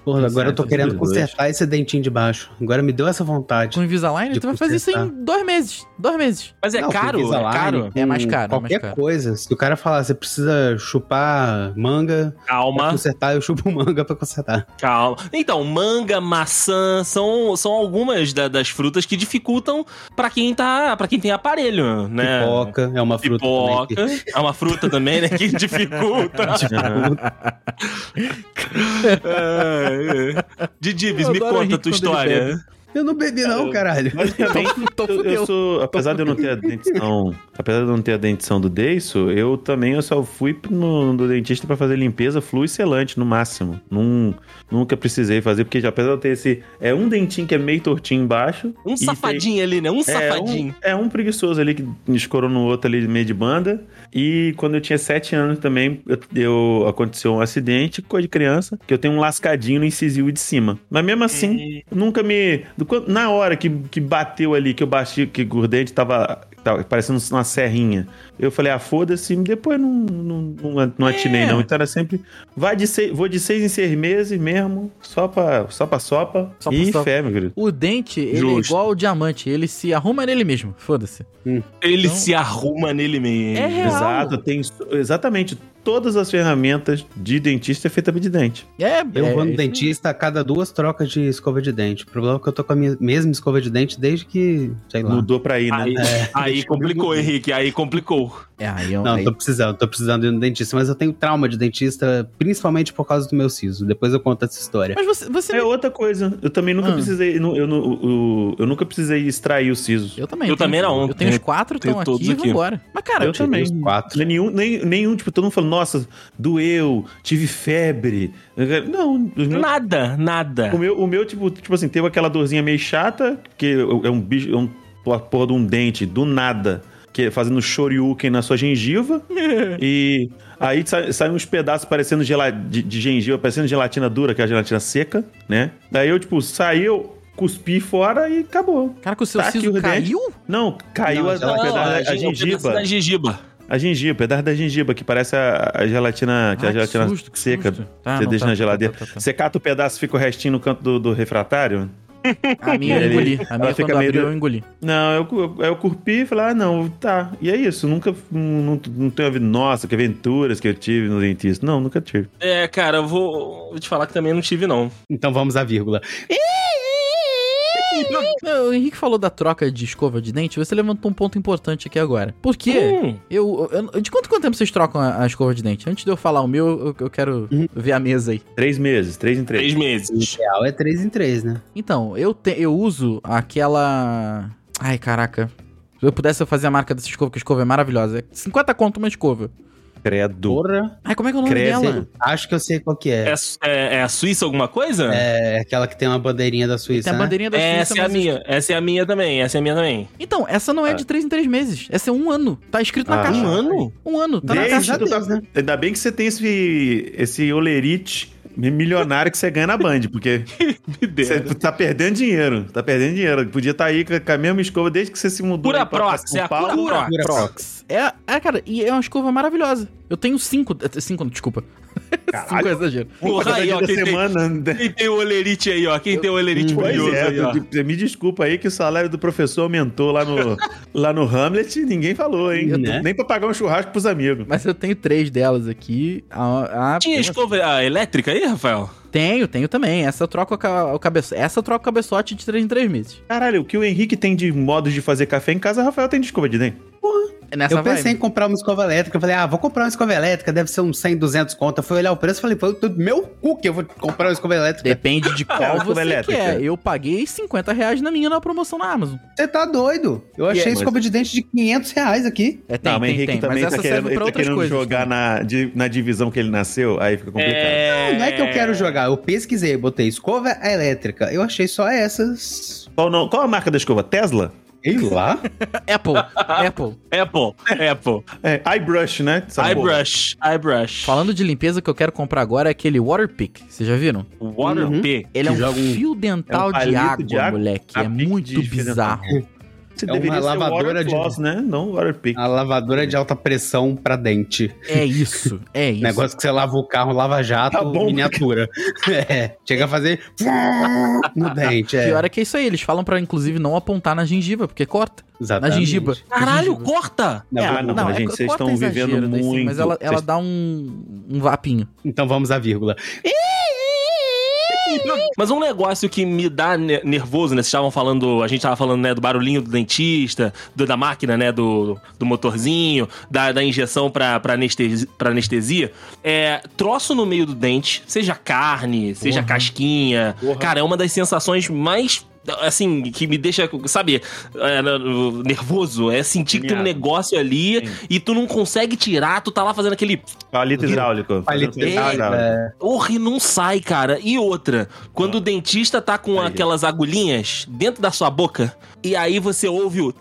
Speaker 4: Porra, agora eu tô
Speaker 3: certo,
Speaker 4: querendo
Speaker 3: os dois.
Speaker 4: consertar esse dentinho de baixo. Agora me deu essa vontade.
Speaker 1: Com o Invisalign,
Speaker 4: De
Speaker 1: tu vai fazer isso em
Speaker 4: consertar.
Speaker 1: dois meses. Dois meses.
Speaker 2: Mas é
Speaker 4: Não,
Speaker 2: caro,
Speaker 4: com
Speaker 2: é
Speaker 4: Invisalign,
Speaker 2: caro.
Speaker 4: com
Speaker 1: É mais caro, é mais
Speaker 4: Qualquer
Speaker 1: caro.
Speaker 4: coisa. Se o cara falar, você precisa chupar manga pra
Speaker 2: Calma,
Speaker 4: consertar, eu chupo manga pra consertar.
Speaker 2: calma. Então, manga, maçã, são, são algumas da- das frutas que dificultam pra quem tá, para quem tem aparelho, né?
Speaker 4: Pipoca é uma fruta também. que-
Speaker 2: Pipoca. É uma fruta também, né? Que dificulta.
Speaker 3: Tipo,
Speaker 2: É, é. Didi,
Speaker 1: Eu
Speaker 2: me
Speaker 1: adoro
Speaker 2: conta a
Speaker 1: Henrique
Speaker 2: tua
Speaker 1: quando ele
Speaker 2: história.
Speaker 4: Eu não bebi não, caralho.
Speaker 3: Basicamente,
Speaker 1: Tô
Speaker 3: Então, eu, eu
Speaker 1: fudeu.
Speaker 3: sou. Apesar de eu não ter a dentição. apesar de eu não ter a dentição do Deiso, eu também eu só fui no, no dentista pra fazer limpeza, flu e selante, no máximo. Num, nunca precisei fazer, porque já, apesar de eu ter esse. É um dentinho que é meio tortinho embaixo.
Speaker 2: Um
Speaker 3: e tem-
Speaker 2: safadinho ali, né? Um safadinho.
Speaker 3: É um, é um preguiçoso ali que escorou no outro ali meio de banda. E quando eu tinha sete anos também, eu, eu- aconteceu um acidente, coisa de criança, que eu tenho um lascadinho no incisivo de cima. Mas mesmo assim, nunca me. do quan- Na hora que, que bateu ali, que eu bati, que o dente tava, tava parecendo uma serrinha, eu falei, ah, foda-se, depois não, não, não, não atinei,
Speaker 1: É.
Speaker 3: não. Então era sempre. Vai de seis, vou de seis em seis meses mesmo, só pra sopa, sopa,
Speaker 1: Só pra
Speaker 3: e
Speaker 1: sopa.
Speaker 3: fé, meu querido.
Speaker 1: O dente, ele é
Speaker 2: Justo.
Speaker 1: igual o diamante. Ele se arruma nele mesmo. Foda-se.
Speaker 2: Ele
Speaker 1: Então-
Speaker 2: se arruma nele mesmo.
Speaker 1: É real.
Speaker 3: Exato, tem exatamente todas as ferramentas de dentista é feita de dente.
Speaker 1: É,
Speaker 4: Eu
Speaker 1: é,
Speaker 4: vou no
Speaker 1: isso
Speaker 4: dentista a cada duas trocas de escova de dente. O problema é que eu tô com a minha mesma escova de dente desde que, sei lá.
Speaker 3: Mudou pra aí, né?
Speaker 2: Aí, aí
Speaker 4: Deixa eu
Speaker 2: complicou,
Speaker 4: ver.
Speaker 2: Henrique. Aí complicou.
Speaker 1: aí. É, aí eu,
Speaker 4: Não,
Speaker 1: aí-
Speaker 4: tô precisando, tô precisando ir no dentista, mas eu tenho trauma de dentista, principalmente por causa do meu siso. Depois eu conto essa história.
Speaker 1: Mas você. você
Speaker 3: É outra coisa. Eu também nunca
Speaker 1: Ah.
Speaker 3: precisei. nu- Eu, nu- o- eu nunca precisei extrair o siso.
Speaker 1: Eu também.
Speaker 2: Eu também não.
Speaker 1: Eu tenho os quatro
Speaker 2: tenho
Speaker 1: estão
Speaker 2: todos
Speaker 1: aqui e
Speaker 2: aqui.
Speaker 1: vambora. Mas, cara,
Speaker 3: Eu também.
Speaker 4: Os quatro.
Speaker 3: é Nenhum, nem- nenhum, tipo, todo mundo falou, nossa, doeu, tive febre. Não, os meus-
Speaker 2: Nada, nada.
Speaker 3: o meu, o meu tipo, tipo assim, teve aquela dorzinha meio chata, que é um bicho, é um, uma porra de um dente, do nada, que é fazendo shoryuken na sua gengiva. E aí sa- saem uns pedaços parecendo gela- de, de gengiva, parecendo gelatina dura, que é a gelatina seca, né? Daí eu, tipo, saiu, cuspi fora e acabou.
Speaker 1: Cara, que o seu
Speaker 3: Tá aqui
Speaker 1: siso
Speaker 3: o dente.
Speaker 1: caiu?
Speaker 3: Não, caiu
Speaker 4: Não,
Speaker 3: a,
Speaker 4: a gelatina-
Speaker 3: a- a- a
Speaker 2: é o pedaço
Speaker 3: gengiba.
Speaker 2: da gengiba.
Speaker 3: A gengiba, o pedaço da gengiba, que parece a, a gelatina, que Tá, é a gelatina seca.
Speaker 1: Tá,
Speaker 3: Você deixa na geladeira. Você cata o pedaço, fica o restinho no canto do, do refratário?
Speaker 1: A minha eu
Speaker 3: Ele-
Speaker 1: engoli. A
Speaker 3: ela
Speaker 1: minha
Speaker 3: fica
Speaker 1: quando
Speaker 3: meio
Speaker 1: abriu,
Speaker 3: do-
Speaker 1: eu engoli.
Speaker 3: Não, eu, cu- eu, eu curpi e falei, ah, não, tá. E é isso, nunca, não, não tenho havido, nossa, que aventuras que eu tive no dentista. Não, nunca tive.
Speaker 2: É, cara, eu vou, vou te falar que também não tive, não.
Speaker 4: Então vamos à vírgula.
Speaker 1: Não, O Henrique falou da troca de escova de dente. Você levantou um ponto importante aqui agora. Por quê?
Speaker 2: Hum,
Speaker 1: Eu, eu- de quanto em quanto tempo vocês trocam a, a escova de dente? Antes de eu falar o meu, eu, eu quero
Speaker 4: Hum.
Speaker 1: ver a mesa aí.
Speaker 3: Três meses, três em
Speaker 2: três
Speaker 3: três.
Speaker 4: O
Speaker 2: meses.
Speaker 4: ideal é três em três, né?
Speaker 1: Então, eu, te- eu uso aquela. Ai, caraca. Se eu pudesse eu fazer a marca dessa escova, que a escova é maravilhosa. É 50 conto uma escova.
Speaker 3: Credo.
Speaker 4: Porra.
Speaker 1: Ai, como é que é o nome
Speaker 3: Cresce.
Speaker 1: dela?
Speaker 4: Acho que eu sei qual que
Speaker 2: É,
Speaker 4: é.
Speaker 2: é- é a Suíça alguma coisa? É,
Speaker 4: É aquela que tem uma bandeirinha da Suíça,
Speaker 1: Tem a
Speaker 4: né?
Speaker 1: bandeirinha da
Speaker 2: essa
Speaker 1: Suíça,
Speaker 2: é a
Speaker 1: mas-
Speaker 2: minha. Essa é a minha também. Essa é a minha também.
Speaker 1: Então, essa não é de 3 em 3 meses. Essa é um ano. Tá escrito na
Speaker 3: Ah.
Speaker 1: caixa.
Speaker 2: Um ano?
Speaker 1: Um ano. Tá na
Speaker 3: Desde
Speaker 1: caixa.
Speaker 4: Graças a Deus, né?
Speaker 3: Ainda bem que você tem esse, esse olerite milionário que você ganha na Band, porque
Speaker 2: Me dera.
Speaker 3: você tá perdendo dinheiro. Tá perdendo dinheiro. Podia estar aí com com a mesma escova desde que você se mudou.
Speaker 2: Cura
Speaker 3: aí pra- pra
Speaker 2: Prox,
Speaker 3: São
Speaker 2: é a
Speaker 3: Paulo.
Speaker 2: cura Prox.
Speaker 4: Cura
Speaker 1: Prox. É, é, cara, e é uma escova maravilhosa. Eu tenho cinco. eh, Cinco, não, desculpa. cinco é exagero.
Speaker 2: Porra, aí, ó,
Speaker 3: Da
Speaker 2: quem tem,
Speaker 3: semana. né?
Speaker 2: quem tem o olerite aí, ó. Quem tem o olerite
Speaker 3: Pois
Speaker 2: curioso
Speaker 3: é,
Speaker 2: aí, ó.
Speaker 3: de- me desculpa aí que o salário do professor aumentou lá no, lá no Hamlet e ninguém falou, hein?
Speaker 4: Né?
Speaker 3: Nem pra pagar um churrasco pros amigos.
Speaker 1: Mas eu tenho três delas aqui. A, a-
Speaker 2: Tinha escova ah, elétrica aí, Rafael?
Speaker 1: Tenho, tenho também. Essa eu troco a ca- o cabeçote. Essa eu troco o cabeçote de três em três meses.
Speaker 3: Caralho, o que o Henrique tem de modos de fazer café em casa, o Rafael tem desculpa de dentro.
Speaker 1: É Nessa
Speaker 4: eu pensei
Speaker 1: vibe.
Speaker 4: em comprar uma escova elétrica. Eu falei, ah, vou comprar uma escova elétrica, deve ser uns 100, 200 conto. Eu fui olhar o preço e falei, foi do meu cu que eu vou comprar uma escova elétrica.
Speaker 1: Depende de
Speaker 3: É,
Speaker 1: qual
Speaker 3: uma
Speaker 1: você
Speaker 3: elétrica.
Speaker 1: quer. Eu paguei 50 reais na minha na promoção na Amazon.
Speaker 4: Você tá doido? Eu achei
Speaker 3: mas-
Speaker 4: escova de dente de 500 reais aqui.
Speaker 1: É, tem,
Speaker 3: Tá, mas
Speaker 1: tem,
Speaker 3: Henrique
Speaker 1: tem. Mas
Speaker 3: também
Speaker 1: essa
Speaker 3: tá querendo,
Speaker 1: serve pra
Speaker 3: ele tá
Speaker 1: outras
Speaker 3: querendo
Speaker 1: coisas.
Speaker 3: jogar na, di- na divisão que ele nasceu, aí fica complicado.
Speaker 2: É...
Speaker 4: Não é que eu quero jogar, eu pesquisei, botei escova elétrica. Eu achei só essas.
Speaker 3: Qual, não, qual a marca da escova? Tesla?
Speaker 4: Ei lá.
Speaker 1: Apple, Apple.
Speaker 2: Apple, Apple,
Speaker 3: É, eyebrush, né? Essa porra.
Speaker 2: eyebrush, eyebrush.
Speaker 1: Falando de limpeza, o que eu quero comprar agora é aquele Waterpik. Vocês já viram?
Speaker 2: Water
Speaker 4: Uhum.
Speaker 2: P.
Speaker 1: Ele é
Speaker 4: Que
Speaker 1: um
Speaker 4: joga um-
Speaker 1: fio dental
Speaker 3: é um
Speaker 1: de,
Speaker 3: palito
Speaker 1: água,
Speaker 3: de água,
Speaker 1: moleque.
Speaker 3: a
Speaker 1: É
Speaker 3: pique
Speaker 1: muito
Speaker 3: de fio
Speaker 1: bizarro.
Speaker 3: né? Você
Speaker 4: É
Speaker 3: deveria
Speaker 4: uma lavadora
Speaker 3: ser water
Speaker 4: de- Ah,
Speaker 3: floss, né? Não water pick.
Speaker 4: A lavadora de alta pressão pra dente.
Speaker 1: É isso, é isso.
Speaker 4: Negócio que você lava o carro, lava jato,
Speaker 3: Tá bom,
Speaker 4: miniatura. é. Chega a fazer no dente, é.
Speaker 1: Pior é que é isso aí. Eles falam pra, inclusive, não apontar na gengiva, porque corta.
Speaker 4: Exatamente.
Speaker 1: Na gengiba.
Speaker 2: Caralho,
Speaker 1: Gengiva.
Speaker 2: corta!
Speaker 4: Não,
Speaker 3: Ah,
Speaker 4: vamos-
Speaker 3: não, mas, gente,
Speaker 1: co-
Speaker 3: vocês
Speaker 1: corta
Speaker 3: estão
Speaker 1: é
Speaker 3: vivendo
Speaker 1: exagero, né, sim, Mas
Speaker 3: muito.
Speaker 1: ela, ela
Speaker 3: Vocês-
Speaker 1: dá um, um vapinho.
Speaker 4: Então vamos à vírgula.
Speaker 2: Mas um negócio que me dá ne- nervoso, né? Vocês estavam falando, a gente tava falando, né, do barulhinho do dentista, do- da máquina, né, do, do motorzinho, da, da injeção pra, pra, anestesia, pra anestesia. É, troço no meio do dente, seja carne, seja casquinha. Cara, é uma das sensações mais. Assim, que me deixa, sabe, é, nervoso. É sentir que tem um
Speaker 3: Agoniado.
Speaker 2: negócio ali
Speaker 3: Sim.
Speaker 2: e tu não consegue tirar, tu tá lá fazendo aquele
Speaker 3: Palito hidráulico.
Speaker 4: Palito hidráulico, é.
Speaker 2: Porra, e não sai, cara. E outra, quando o dentista tá com
Speaker 3: Ah. Aí.
Speaker 2: aquelas agulhinhas dentro da sua boca, e aí você ouve o.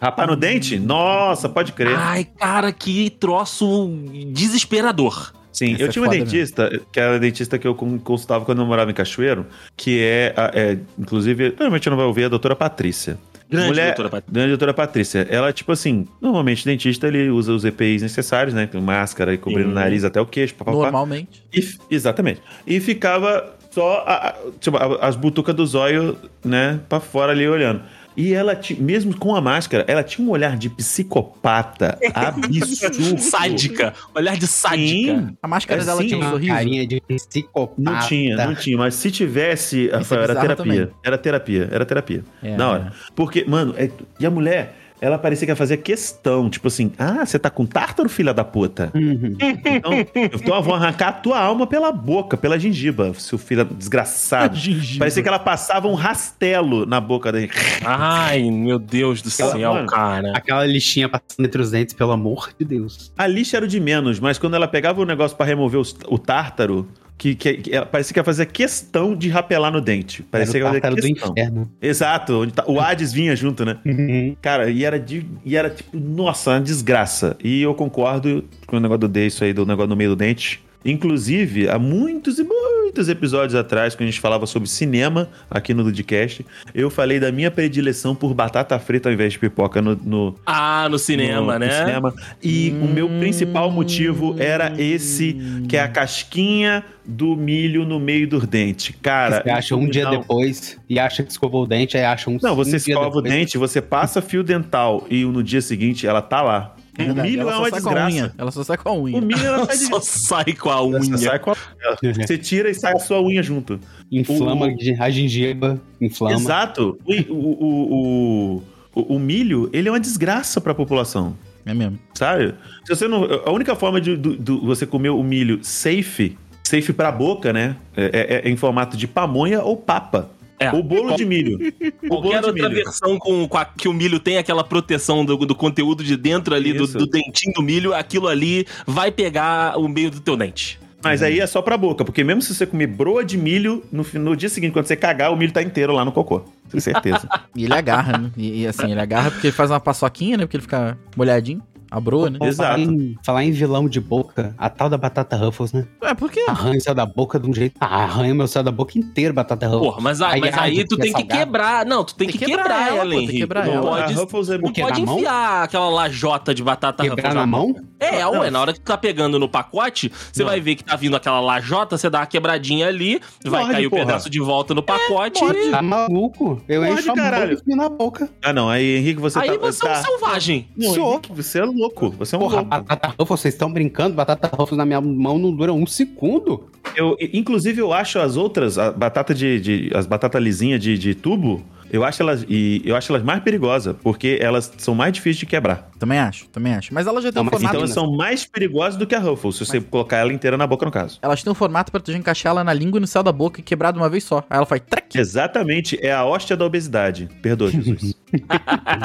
Speaker 3: Rapar no dente? Nossa, pode crer.
Speaker 2: Ai, cara, que troço desesperador.
Speaker 3: Sim,
Speaker 1: Essa
Speaker 3: eu
Speaker 1: é
Speaker 3: tinha uma
Speaker 1: foda mesmo.
Speaker 3: dentista, que era a dentista que eu con- consultava quando eu morava em Cachoeiro, que é, a- é, inclusive, normalmente não vai ouvir, é a doutora Patrícia.
Speaker 2: Grande,
Speaker 3: Mulher-
Speaker 2: doutora Pat-
Speaker 3: Grande doutora Patrícia. Ela, tipo assim, normalmente o dentista ele usa os EPIs necessários, né? Tem máscara e cobrindo
Speaker 2: Sim.
Speaker 3: o nariz até o queixo, papapá.
Speaker 1: Normalmente.
Speaker 3: E f- exatamente. E ficava só a- a- tipo, a- as butucas do zóio, né, pra fora ali olhando. E ela, ti- mesmo com a máscara, ela tinha um olhar de psicopata absurdo.
Speaker 2: Sádica. Olhar de sádica.
Speaker 3: Sim,
Speaker 1: A máscara
Speaker 3: É
Speaker 1: dela
Speaker 3: sim.
Speaker 1: tinha um
Speaker 4: Uma
Speaker 1: sorriso.
Speaker 4: carinha de psicopata.
Speaker 3: Não tinha,
Speaker 4: tá.
Speaker 3: não tinha. Mas se tivesse,
Speaker 4: é
Speaker 3: Rafael, era
Speaker 1: bizarro
Speaker 3: terapia.
Speaker 1: também.
Speaker 3: Era terapia, era terapia.
Speaker 1: É.
Speaker 3: Na hora. Porque, mano, é- e a mulher, ela parecia que ia fazer questão. Tipo assim, ah, você tá com tártaro, filha da puta?
Speaker 4: Uhum.
Speaker 3: Então, então eu vou arrancar a tua alma pela boca, pela gengiba, seu filho desgraçado. Parecia que ela passava um rastelo na boca dele.
Speaker 2: Ai, meu Deus do
Speaker 3: Aquela-
Speaker 2: céu,
Speaker 3: mano,
Speaker 2: cara.
Speaker 4: Aquela lixinha passando entre os dentes, pelo amor de Deus.
Speaker 3: A lixa era o de menos, mas quando ela pegava o negócio pra remover os- o tártaro, que, que- que ela- parecia que ia fazer questão de rapelar no dente. Parecia
Speaker 4: Era o
Speaker 3: que ia
Speaker 4: tártaro
Speaker 3: fazer
Speaker 4: do
Speaker 3: questão.
Speaker 4: inferno.
Speaker 3: Exato, onde tá-
Speaker 4: É.
Speaker 3: o Hades vinha junto, né?
Speaker 4: Uhum.
Speaker 3: Cara, e era, de, e era tipo, nossa, uma desgraça. E eu concordo com o negócio do D, isso aí, do negócio no meio do dente. Inclusive, há muitos e muitos episódios atrás, quando a gente falava sobre cinema aqui no Dudcast, eu falei da minha predileção por batata frita ao invés de pipoca no, no-
Speaker 2: Ah, no
Speaker 3: no-
Speaker 2: cinema,
Speaker 3: no
Speaker 2: né?
Speaker 3: cinema. E o meu
Speaker 4: Hum.
Speaker 3: principal motivo era esse, que é a casquinha do milho no meio dos dentes. Cara,
Speaker 4: você acha um dia
Speaker 3: não-
Speaker 4: depois e acha que escovou o dente, aí acha um
Speaker 3: Não, você
Speaker 4: um dia
Speaker 3: escova o
Speaker 4: depois.
Speaker 3: dente, você passa fio dental e no dia seguinte ela tá lá. O
Speaker 1: Verdade,
Speaker 3: milho
Speaker 1: ela
Speaker 3: é
Speaker 1: só
Speaker 3: uma
Speaker 1: sai com a
Speaker 3: desgraça.
Speaker 1: unha, Ela só sai com a
Speaker 3: O
Speaker 1: unha.
Speaker 3: milho ela sai de...
Speaker 2: Só sai com a
Speaker 3: Você,
Speaker 2: unha.
Speaker 3: sai com a... você tira e sai a sua unha junto.
Speaker 4: assim, Inflama
Speaker 3: O-
Speaker 4: a gengiba, inflama.
Speaker 3: Exato. O, o- o- o- o- o milho, ele é uma desgraça pra população.
Speaker 1: É mesmo.
Speaker 3: Sabe? Se você não, a única forma de do- do- você comer o milho safe, safe pra boca, né? É, é- é em formato de pamonha ou papa.
Speaker 2: É.
Speaker 3: Ou bolo de milho. Ou
Speaker 2: Qualquer
Speaker 3: bolo de
Speaker 2: outra
Speaker 3: milho.
Speaker 2: versão com, com a- que o milho tem aquela proteção do, do conteúdo de dentro ali, do,
Speaker 3: Isso.
Speaker 2: do dentinho do milho, aquilo ali vai pegar o meio do teu dente.
Speaker 3: Mas aí é só pra boca, porque mesmo se você comer broa de milho, no, fi- no dia seguinte, quando você cagar, o milho tá inteiro lá no cocô. Tenho certeza.
Speaker 1: E ele agarra, né? E, e, assim, ele agarra porque ele faz uma paçoquinha, né? Porque ele fica molhadinho. A broa, né?
Speaker 4: Bom, Falar
Speaker 3: Exato.
Speaker 4: em, falar em vilão de boca, a tal da batata Ruffles, né?
Speaker 1: É, por quê?
Speaker 4: Arranha o céu da boca de um jeito. Ah, arranha meu céu da boca inteiro, batata Ruffles.
Speaker 2: Porra, mas, a-
Speaker 4: Aí
Speaker 2: mas
Speaker 4: a
Speaker 2: aí
Speaker 4: água
Speaker 2: tu
Speaker 4: que é
Speaker 2: tem que
Speaker 4: salgada.
Speaker 2: quebrar. Não, tu tem que quebrar, ela,
Speaker 1: pô, tem que
Speaker 2: Henrique.
Speaker 1: quebrar
Speaker 2: não
Speaker 1: ela.
Speaker 2: pode,
Speaker 3: A Ruffles é
Speaker 2: não
Speaker 3: muito-
Speaker 4: quê?
Speaker 2: pode
Speaker 4: Na mão?
Speaker 2: enfiar aquela lajota de batata
Speaker 4: Quebrar
Speaker 2: Ruffles
Speaker 4: na mão?
Speaker 2: É,
Speaker 3: Não.
Speaker 2: ué, na hora que tu tá pegando no pacote, você
Speaker 3: Não.
Speaker 2: vai ver que tá vindo aquela lajota, você dá uma quebradinha ali, vai
Speaker 3: Morde,
Speaker 2: cair o
Speaker 3: porra.
Speaker 2: pedaço de volta no pacote e...
Speaker 4: Tá maluco? Eu
Speaker 3: Pode,
Speaker 4: encho a
Speaker 3: caralho.
Speaker 4: mão e enfio na boca.
Speaker 3: Ah, não. Aí, Henrique, você
Speaker 2: Aí
Speaker 3: tá.
Speaker 2: você é um
Speaker 3: tá...
Speaker 2: selvagem.
Speaker 3: Não,
Speaker 4: Sou.
Speaker 3: Henrique, você é louco. Você é um
Speaker 4: Porra,
Speaker 3: louco.
Speaker 4: batata Ruffles, vocês estão brincando? Batata Ruffles na minha mão não dura um segundo.
Speaker 3: Eu, inclusive, eu acho as outras, a batata de. de- as batatas lisinhas de, de tubo, Eu acho elas e eu acho elas mais perigosas porque elas são mais difíceis de quebrar.
Speaker 1: Também acho, também acho. Mas ela já tem
Speaker 5: Não,
Speaker 1: um
Speaker 5: mas
Speaker 3: Então
Speaker 1: formato.
Speaker 3: elas são mais perigosas do que a Ruffles, se você colocar ela inteira na boca no caso.
Speaker 1: Elas têm um formato pra tu já encaixar ela na língua e no céu da boca e quebrar de uma vez só. Aí ela faz trec.
Speaker 3: Exatamente, é a hóstia da obesidade. Perdoa, Jesus.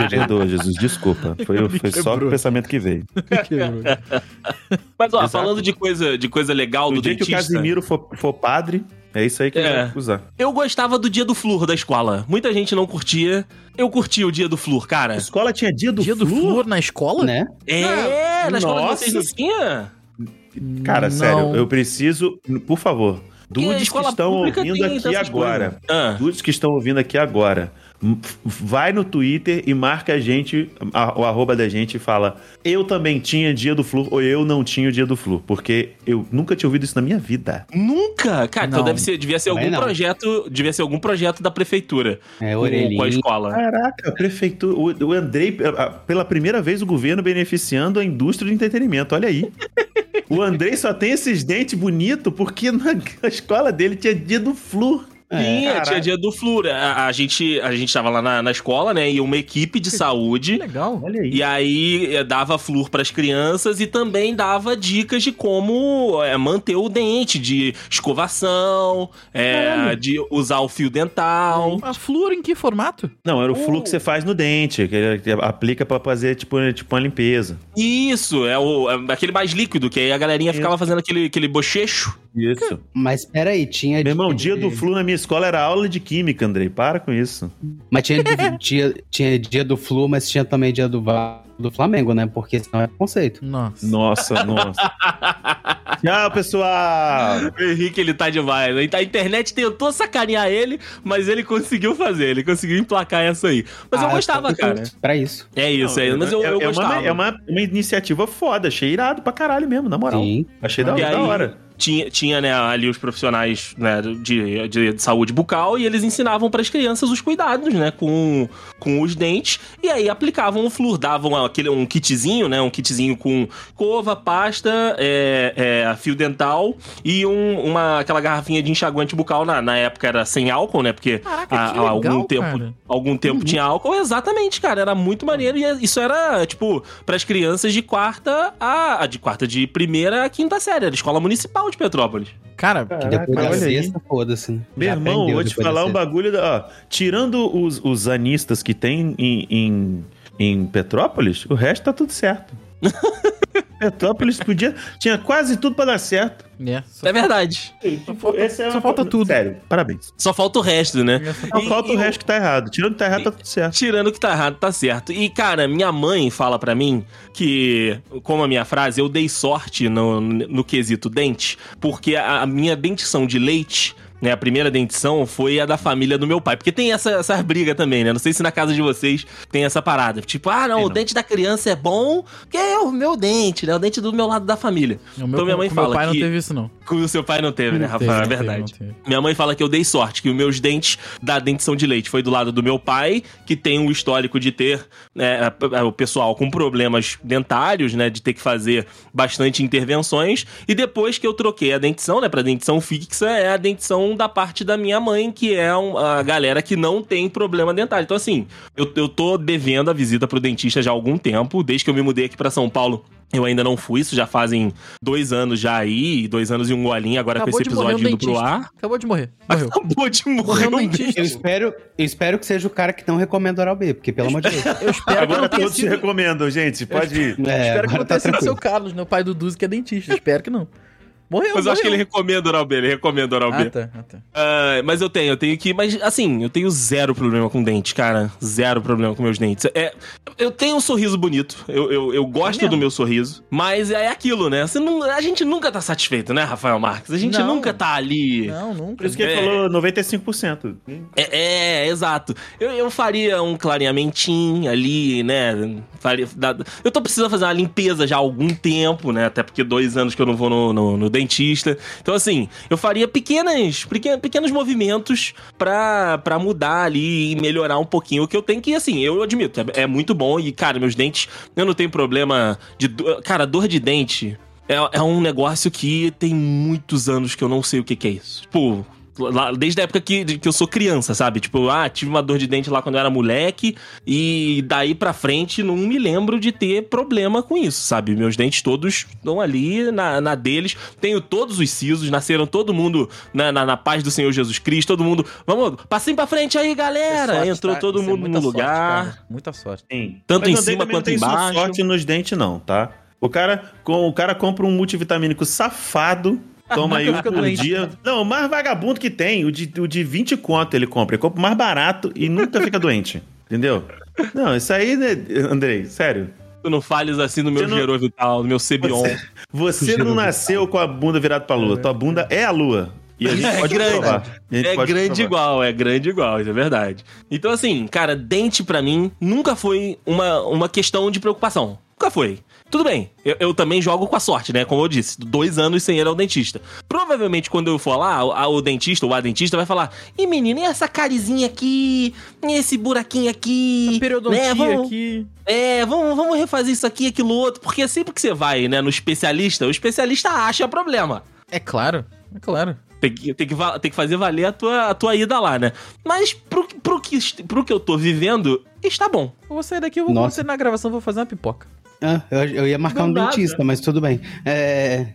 Speaker 3: Perdoa, Jesus, desculpa. Foi, foi só o pensamento que veio.
Speaker 2: Mas, ó,
Speaker 3: Exato.
Speaker 2: falando de coisa, de coisa legal
Speaker 3: No
Speaker 2: do
Speaker 3: dia que o
Speaker 2: dentista...
Speaker 3: Casimiro for, for padre, é isso aí que
Speaker 2: É.
Speaker 3: ele vai usar.
Speaker 2: Eu gostava do dia do flúor da escola. Muita gente não curtia. Eu curtia o dia do flúor, cara.
Speaker 3: A escola tinha dia do,
Speaker 1: Dia do flúor na escola?
Speaker 4: Né?
Speaker 2: É, na escola de vocês não
Speaker 3: Nossa.
Speaker 2: tinha?
Speaker 3: Cara,
Speaker 1: Não.
Speaker 3: sério, eu preciso, por favor,
Speaker 2: Porque a
Speaker 3: dudes que
Speaker 2: escola
Speaker 3: estão
Speaker 2: pública
Speaker 3: ouvindo
Speaker 2: tem
Speaker 3: aqui
Speaker 2: essas
Speaker 3: agora.
Speaker 2: coisas. Ah,
Speaker 3: Dudes que estão ouvindo aqui agora. m- f- Vai no Twitter e marca a gente, a- o arroba da gente e fala: Eu também tinha dia do flu, ou eu não tinha o dia do flu, porque eu nunca tinha ouvido isso na minha vida.
Speaker 2: nunca? Cara, então
Speaker 1: Não.
Speaker 2: deve ser, devia ser
Speaker 4: Também
Speaker 2: algum
Speaker 4: não.
Speaker 2: projeto, devia ser algum projeto da prefeitura
Speaker 4: É,
Speaker 2: com, com a
Speaker 4: orelhinha.
Speaker 2: escola.
Speaker 3: Caraca, a prefeitura. O, o Andrei, a- a- pela primeira vez, o governo beneficiando a indústria de entretenimento. Olha aí. o Andrei só tem esses dentes bonitos porque na na escola dele tinha dia do flu.
Speaker 2: é, Tinha,
Speaker 3: É. Caraca.
Speaker 2: tinha dia do flúor. A, a gente, a gente tava lá na, na escola, né? E uma equipe de saúde.
Speaker 1: Legal.
Speaker 3: Olha aí.
Speaker 2: E aí eh, dava flúor para as crianças e também dava dicas de como eh, manter o dente, de escovação, eh, de usar o fio dental.
Speaker 1: Mas flúor em que formato?
Speaker 3: Não, era o
Speaker 2: Uh.
Speaker 3: flu que você faz no dente, que ele aplica pra fazer tipo, tipo uma limpeza.
Speaker 2: Isso, é, o, é aquele mais líquido, que aí a galerinha ficava fazendo aquele, aquele bochecho.
Speaker 3: Isso.
Speaker 4: Mas peraí, tinha. tipo
Speaker 3: Meu irmão, dia
Speaker 4: de-
Speaker 3: do flu na minha escola era aula de química, Andrei. Para com isso.
Speaker 4: Mas tinha de- dia, tinha dia do flu, mas tinha também dia do, Va- do Flamengo, né? Porque senão é conceito.
Speaker 1: Nossa.
Speaker 3: Nossa, nossa. Tchau, pessoal!
Speaker 2: O Henrique, ele tá demais. né? A internet tentou sacanear ele, mas ele conseguiu fazer, ele conseguiu emplacar essa aí. Mas eu
Speaker 4: Ah,
Speaker 2: gostava,
Speaker 4: só
Speaker 2: cara.
Speaker 4: Pra isso.
Speaker 2: É isso aí, mas eu,
Speaker 3: é,
Speaker 2: eu
Speaker 3: é
Speaker 2: gostava.
Speaker 3: uma, é uma, uma iniciativa foda, achei irado pra um caralho mesmo, na moral.
Speaker 4: Sim.
Speaker 3: Achei da,
Speaker 2: E
Speaker 3: da
Speaker 2: aí?
Speaker 3: hora.
Speaker 2: tinha, tinha né, ali os profissionais né, de, de, de saúde bucal e eles ensinavam para as crianças os cuidados né, com, com os dentes e aí aplicavam o flúor, davam aquele, um kitzinho, né, um kitzinho com cova, pasta, é, é, fio dental e um- uma, aquela garrafinha de enxaguante bucal, na, na época era sem álcool, né, porque
Speaker 1: Caraca,
Speaker 2: há-
Speaker 1: que
Speaker 2: há
Speaker 1: legal,
Speaker 2: algum tempo
Speaker 1: cara.
Speaker 2: algum tempo tinha álcool. Exatamente, cara. Era muito maneiro. E é, isso era, tipo, pras crianças de quarta a. a De quarta, de primeira a quinta série. Era escola municipal de Petrópolis.
Speaker 1: Cara,
Speaker 4: Que
Speaker 3: Caraca,
Speaker 4: depois da
Speaker 3: olha aí.
Speaker 4: sexta, foda-se. né?
Speaker 3: Meu
Speaker 4: Já
Speaker 3: irmão,
Speaker 4: aprendeu
Speaker 3: vou te
Speaker 4: depois da
Speaker 3: falar um
Speaker 4: sexta.
Speaker 3: bagulho. da- ó, tirando os, os anistas que tem em, em, em Petrópolis, o resto tá tudo certo. Petrópolis podia. Tinha quase tudo pra dar certo. é
Speaker 1: é. Só,
Speaker 2: É verdade.
Speaker 1: só falta- só falta tudo.
Speaker 3: Sério, parabéns.
Speaker 2: Só falta o resto, né?
Speaker 3: Só
Speaker 2: E-
Speaker 3: falta
Speaker 2: e
Speaker 3: o
Speaker 2: o-
Speaker 3: resto que tá errado. Tirando o que tá errado, tá tudo certo.
Speaker 2: Tirando o que tá errado, tá certo. E, cara, minha mãe fala pra mim que, como a minha frase, eu dei sorte no, no quesito dente, porque a, a minha dentição de leite. Né, a primeira dentição foi a da família do meu pai. Porque tem essa, essa briga também, né? Não sei se na casa de vocês tem essa parada. Tipo, ah, não,
Speaker 3: Tem,
Speaker 2: o
Speaker 3: não.
Speaker 2: dente da criança é bom, porque é o meu dente, né? O dente do meu lado da família.
Speaker 1: O meu,
Speaker 2: Então minha mãe
Speaker 1: com
Speaker 2: fala
Speaker 1: Meu pai
Speaker 2: que-
Speaker 1: não teve isso, não.
Speaker 2: Que o seu pai não teve, né,
Speaker 1: Não teve,
Speaker 2: Rafael? É
Speaker 1: não teve,
Speaker 2: verdade.
Speaker 1: não teve.
Speaker 2: Minha mãe fala que eu dei sorte, que os meus dentes da dentição de leite foi do lado do meu pai, que tem um histórico de ter né, a- a- o pessoal com problemas dentários, né? De ter que fazer bastante intervenções. E depois que eu troquei a dentição, né? Pra dentição fixa, é a dentição da parte da minha mãe, que é um- a galera que não tem problema dentário. Então, assim, eu, eu tô devendo a visita pro dentista já há algum tempo, desde que eu me mudei aqui pra São Paulo. Eu ainda não fui, isso já fazem dois anos já aí, dois anos e um golinho agora com esse episódio indo pro ar.
Speaker 1: Acabou de morrer. Morreu.
Speaker 2: Acabou de
Speaker 1: Morreu
Speaker 2: morrer
Speaker 1: um
Speaker 2: um
Speaker 1: dentista.
Speaker 4: Eu espero, eu espero que seja o cara que não recomenda oral B, porque pelo amor de Deus.
Speaker 1: Eu espero que
Speaker 3: Agora
Speaker 2: tá
Speaker 1: não tenha
Speaker 3: todos se
Speaker 1: sido...
Speaker 3: recomendam, gente. Pode ir.
Speaker 4: É,
Speaker 1: espero que
Speaker 4: agora
Speaker 1: não
Speaker 4: tá
Speaker 1: tenha sido o seu
Speaker 4: tranquilo.
Speaker 1: Carlos, né? O pai do Duzi, que é dentista. Espero que não. Morreu,
Speaker 2: Mas eu acho que ele
Speaker 1: morreu.
Speaker 2: recomenda Oral B, ele recomenda Oral B.
Speaker 1: Ah, tá, ah, tá.
Speaker 2: Ah, mas eu tenho, eu tenho que. Mas assim, eu tenho zero problema com dente, cara. Zero problema com meus dentes. É, eu tenho um sorriso bonito, eu, eu, eu gosto do meu sorriso, mas é aquilo, né? Você não- a gente nunca tá satisfeito, né, Rafael Marques? A gente
Speaker 1: Não.
Speaker 2: nunca tá ali.
Speaker 1: Não, nunca.
Speaker 3: Por isso que ele
Speaker 2: É.
Speaker 3: falou 95%.
Speaker 2: É, é, exato. Eu, eu faria um clareamentinho ali, né? Faria, dá- eu tô precisando fazer uma limpeza já há algum tempo, né? Até porque dois anos que eu não vou no, no- no dentista. Então, assim, eu faria pequenas, peque- pequenos movimentos pra, pra mudar ali e melhorar um pouquinho o que eu tenho. Que, assim, eu admito, é, é muito bom. E, cara, meus dentes, eu não tenho problema de. do- Cara, dor de dente. É, é um negócio que tem muitos anos que eu não sei o que, que é isso. Tipo, lá- desde a época que, de- que eu sou criança, sabe? Tipo, ah, tive uma dor de dente lá quando eu era moleque e daí pra frente não me lembro de ter problema com isso, sabe? Meus dentes todos estão ali na, na deles. Tenho todos os sisos, nasceram todo mundo na, na, na paz do Senhor Jesus Cristo, todo mundo, vamos, passinho pra frente aí, galera!
Speaker 1: Sorte,
Speaker 2: Entrou
Speaker 1: tá?
Speaker 2: todo
Speaker 1: Isso é
Speaker 2: mundo
Speaker 1: muita
Speaker 2: no
Speaker 1: sorte,
Speaker 2: lugar.
Speaker 1: cara. Muita sorte.
Speaker 3: Sim.
Speaker 2: Tanto
Speaker 3: Mas
Speaker 2: em
Speaker 3: não tem-
Speaker 2: cima
Speaker 3: também não
Speaker 2: quanto
Speaker 3: tem só
Speaker 2: embaixo.
Speaker 3: sorte nos dentes, não, tá? O cara, com, o cara compra um multivitamínico safado.
Speaker 2: Ah,
Speaker 3: Toma aí um
Speaker 1: Fica
Speaker 3: por
Speaker 1: doente.
Speaker 3: dia. Não, o mais vagabundo que tem, o de, o de 20 conto ele compra. Ele compra o mais barato e nunca fica doente. Entendeu? Não, isso aí, né, Andrei, sério.
Speaker 2: Tu não falhes assim no meu
Speaker 3: Você não-
Speaker 2: gerovital, no meu sebion.
Speaker 3: Você não nasceu com a bunda virada pra lua. Tua bunda é a lua. E a gente
Speaker 2: É
Speaker 3: pode
Speaker 2: grande.
Speaker 3: provar. A gente
Speaker 2: É
Speaker 3: pode
Speaker 2: grande
Speaker 3: provar.
Speaker 2: igual, é grande igual, isso é verdade. Então, assim, cara, dente pra mim nunca foi uma, uma questão de preocupação. Nunca foi. Tudo bem, eu, eu também jogo com a sorte, né? Como eu disse, dois anos sem ir ao dentista. Provavelmente, quando eu for lá, o, a- o dentista ou a dentista vai falar: Ih, menino, e essa carizinha aqui? E esse buraquinho aqui?
Speaker 1: Periodontia
Speaker 2: Né, vamos-
Speaker 1: aqui.
Speaker 2: É, vamos, vamos refazer isso aqui, aquilo outro. Porque sempre que você vai, né, no especialista, o especialista acha problema.
Speaker 1: É claro, é claro.
Speaker 2: Tem que, tem, que, va- tem que fazer valer a tua, a tua ida lá, né? Mas pro, pro, que, est- pro que eu tô vivendo, está bom.
Speaker 1: Eu vou sair daqui, eu vou
Speaker 4: Nossa.
Speaker 1: acontecer na gravação, vou fazer uma pipoca.
Speaker 4: Ah, eu, eu ia marcar
Speaker 2: Não
Speaker 4: um
Speaker 2: dá,
Speaker 4: dentista, mas tudo bem. É,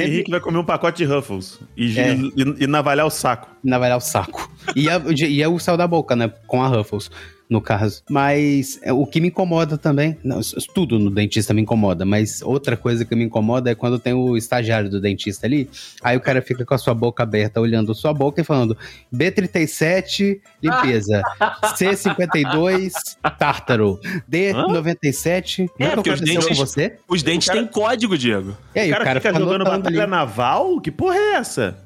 Speaker 3: Henrique vai comer um pacote de Ruffles e,
Speaker 4: É.
Speaker 3: e- e navalhar o saco.
Speaker 4: navalhar o saco. E, a- e é o sal da boca, né? Com a Ruffles, no caso. Mas é, o que me incomoda também. Não, isso- isso tudo no dentista me incomoda, mas outra coisa que me incomoda é quando tem o estagiário do dentista ali. Aí o cara fica com a sua boca aberta, olhando sua boca e falando: B37, limpeza. C52, tártaro. D97,
Speaker 2: É,
Speaker 4: nunca
Speaker 2: porque os
Speaker 4: aconteceu com
Speaker 2: dentes-
Speaker 4: você?
Speaker 2: Os dentes
Speaker 3: cara-
Speaker 2: têm código, Diego.
Speaker 4: E aí, tá
Speaker 3: o cara, fica
Speaker 4: fica
Speaker 3: jogando
Speaker 4: anotando
Speaker 3: batalha
Speaker 4: ali.
Speaker 3: naval? Que porra é essa?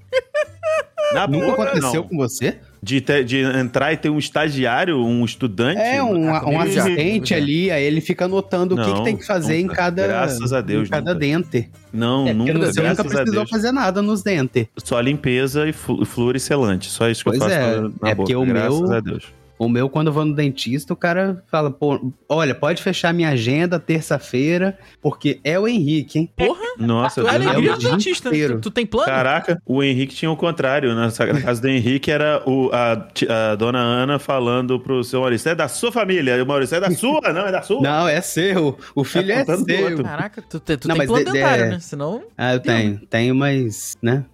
Speaker 3: Na
Speaker 4: Nunca
Speaker 3: boca,
Speaker 4: aconteceu
Speaker 3: não.
Speaker 4: com você?
Speaker 3: De, te- de entrar e ter um estagiário, um estudante.
Speaker 4: É, um,
Speaker 1: Ah,
Speaker 4: um
Speaker 1: comigo já.
Speaker 4: assistente ali, aí ele fica anotando o que,
Speaker 3: Não,
Speaker 4: que tem que fazer em
Speaker 3: nunca.
Speaker 4: cada.
Speaker 3: Graças a Deus,
Speaker 4: Em
Speaker 3: nunca.
Speaker 4: cada dente.
Speaker 3: Não,
Speaker 4: É, porque
Speaker 3: nunca,
Speaker 4: você nunca
Speaker 3: graças a
Speaker 4: precisou
Speaker 3: Deus.
Speaker 4: fazer nada nos dentes.
Speaker 3: Só limpeza e flu- flúor e selante. Só isso que
Speaker 4: Pois
Speaker 3: eu faço
Speaker 4: é,
Speaker 3: na, na
Speaker 4: é
Speaker 3: boca.
Speaker 4: porque o
Speaker 3: graças
Speaker 4: meu-
Speaker 3: a Deus.
Speaker 4: O meu, quando eu vou no dentista, o cara fala, pô, olha, pode fechar minha agenda terça-feira, porque é o Henrique, hein?
Speaker 1: Porra,
Speaker 3: Nossa,
Speaker 1: tu é
Speaker 3: Deus.
Speaker 4: lembro
Speaker 1: alegria
Speaker 4: o
Speaker 1: do
Speaker 4: dia
Speaker 1: dentista.
Speaker 4: inteiro.
Speaker 1: Tu, tu tem plano?
Speaker 3: Caraca, o Henrique tinha o contrário. né? Na casa do Henrique era o- a, ti- a dona Ana falando pro seu Maurício: é da sua família. E o Maurício: é da sua? Não, é da sua.
Speaker 4: Não, é seu. O filho é,
Speaker 3: contando do
Speaker 4: seu.
Speaker 3: outro.
Speaker 1: Caraca, tu, te- tu
Speaker 4: Não,
Speaker 1: tem
Speaker 4: mas é-
Speaker 1: plano
Speaker 4: de- de-
Speaker 1: dentário, né? Senão.
Speaker 4: Ah, eu tenho. Tenho, mas, né?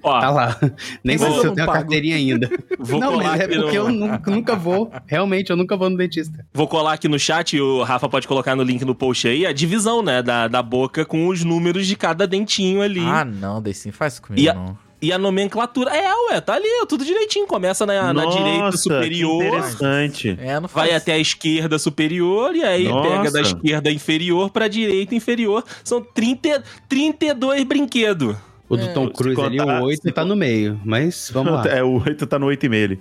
Speaker 2: Ó,
Speaker 4: Tá lá. Nem
Speaker 1: Mas
Speaker 4: sei
Speaker 1: eu
Speaker 4: se eu
Speaker 1: não
Speaker 4: tenho a
Speaker 1: pago.
Speaker 4: carteirinha ainda.
Speaker 2: vou,
Speaker 4: não,
Speaker 2: colar
Speaker 4: mas é
Speaker 2: aqui no,
Speaker 4: porque eu nunca, nunca vou. Realmente, eu nunca vou no dentista.
Speaker 2: vou colar aqui no chat, e o Rafa pode colocar no link no post aí, a divisão, né, da, da boca com os números de cada dentinho ali.
Speaker 1: Ah, não, daí sim, faz isso comigo,
Speaker 2: E a-
Speaker 1: não.
Speaker 2: E a nomenclatura. É, ué, tá ali, ó, tudo direitinho. Começa na, na
Speaker 3: Nossa,
Speaker 2: direita
Speaker 3: que
Speaker 2: superior.
Speaker 3: Interessante.
Speaker 1: É, não faz.
Speaker 2: Vai até a esquerda superior e aí
Speaker 3: Nossa.
Speaker 2: pega da esquerda inferior pra direita inferior. São 30, 32 brinquedos.
Speaker 4: O do Tom
Speaker 3: Se
Speaker 4: Cruise ali,
Speaker 3: contar-
Speaker 4: o 8, tá no meio. Mas vamos lá.
Speaker 3: É, o 8 tá no 8 e meio. ali.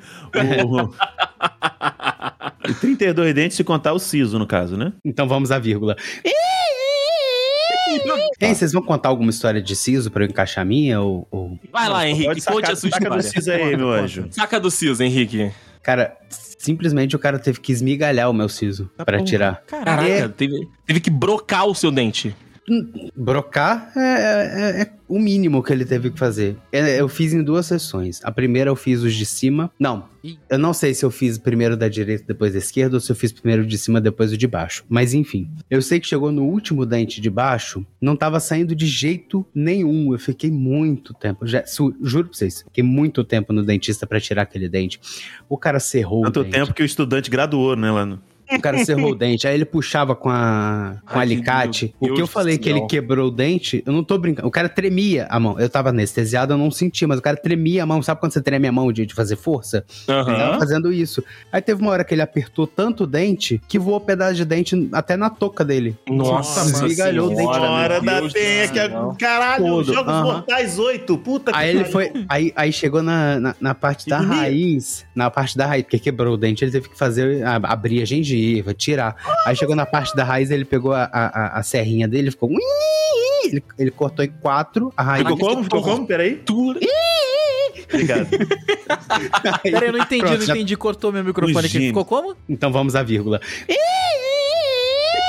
Speaker 3: O- E 32 dentes se contar o siso, no caso, né?
Speaker 4: Então vamos à vírgula. Ei, vocês vão contar alguma história de siso pra eu encaixar a minha? Ou, ou-
Speaker 2: Vai lá, Henrique,
Speaker 3: Pode sacar-
Speaker 2: conte a sua
Speaker 3: saca do
Speaker 2: história.
Speaker 3: siso aí, meu anjo.
Speaker 2: Saca do Siso, Henrique.
Speaker 4: Cara, simplesmente o cara teve que esmigalhar o meu siso pra tirar.
Speaker 1: Caraca.
Speaker 2: Caraca,
Speaker 4: É.
Speaker 2: teve, teve que brocar o seu dente.
Speaker 4: Brocar é, é- é o mínimo que ele teve que fazer. É, Eu fiz em duas sessões. A primeira eu fiz os de cima. Não,
Speaker 1: Ih.
Speaker 4: eu não sei se eu fiz primeiro da direita, depois da esquerda, ou se eu fiz primeiro o de cima, depois o de baixo. Mas enfim, eu sei que chegou no último dente de baixo, não tava saindo de jeito nenhum. Eu fiquei muito tempo. Já, su- juro pra vocês, fiquei muito tempo no dentista pra tirar aquele dente. O cara cerrou o
Speaker 3: Tanto
Speaker 4: dente.
Speaker 3: tempo que o estudante graduou, né, Lano?
Speaker 4: O cara cerrou o dente, aí ele puxava com a com
Speaker 2: Ai, meu
Speaker 4: alicate. O que eu
Speaker 2: Deus
Speaker 4: falei
Speaker 2: do
Speaker 4: que ele
Speaker 2: céu.
Speaker 4: quebrou o dente, eu não tô brincando. O cara tremia a mão. Eu tava anestesiado, eu não sentia, mas o cara tremia a mão. Sabe quando você treme a mão de, de fazer força? Ele
Speaker 2: Aham.
Speaker 4: tava fazendo isso. Aí teve uma hora que ele apertou tanto o dente que voou pedaço de dente até na toca dele.
Speaker 2: Nossa,
Speaker 4: Nossa,
Speaker 2: mano.
Speaker 4: esmigalhou o dente.
Speaker 2: Senhora,
Speaker 3: Hora
Speaker 2: meu
Speaker 3: da
Speaker 2: Deus
Speaker 3: penha
Speaker 2: do
Speaker 3: que é-
Speaker 2: céu.
Speaker 3: Caralho,
Speaker 4: Todo,
Speaker 3: Jogos
Speaker 4: aham.
Speaker 3: Mortais 8. Puta que
Speaker 4: Aí ele
Speaker 3: pariu.
Speaker 4: foi. Aí, aí chegou na, na, na parte da
Speaker 3: Que bonito.
Speaker 4: raiz. Na parte da raiz, porque quebrou o dente, ele teve que fazer. a- abrir a gengiva, tirar. Aí chegou na parte da raiz, ele pegou a, a, a- a serrinha dele, ficou. Ele, ele cortou em quatro a raiz.
Speaker 3: Ficou como? Ficou como? Peraí.
Speaker 2: Tudo-
Speaker 3: Obrigado.
Speaker 1: Peraí, eu não entendi,
Speaker 4: Pronto,
Speaker 1: não
Speaker 4: já-
Speaker 1: entendi. Cortou meu microfone aqui.
Speaker 3: gênio.
Speaker 1: Ficou como?
Speaker 4: Então vamos à vírgula.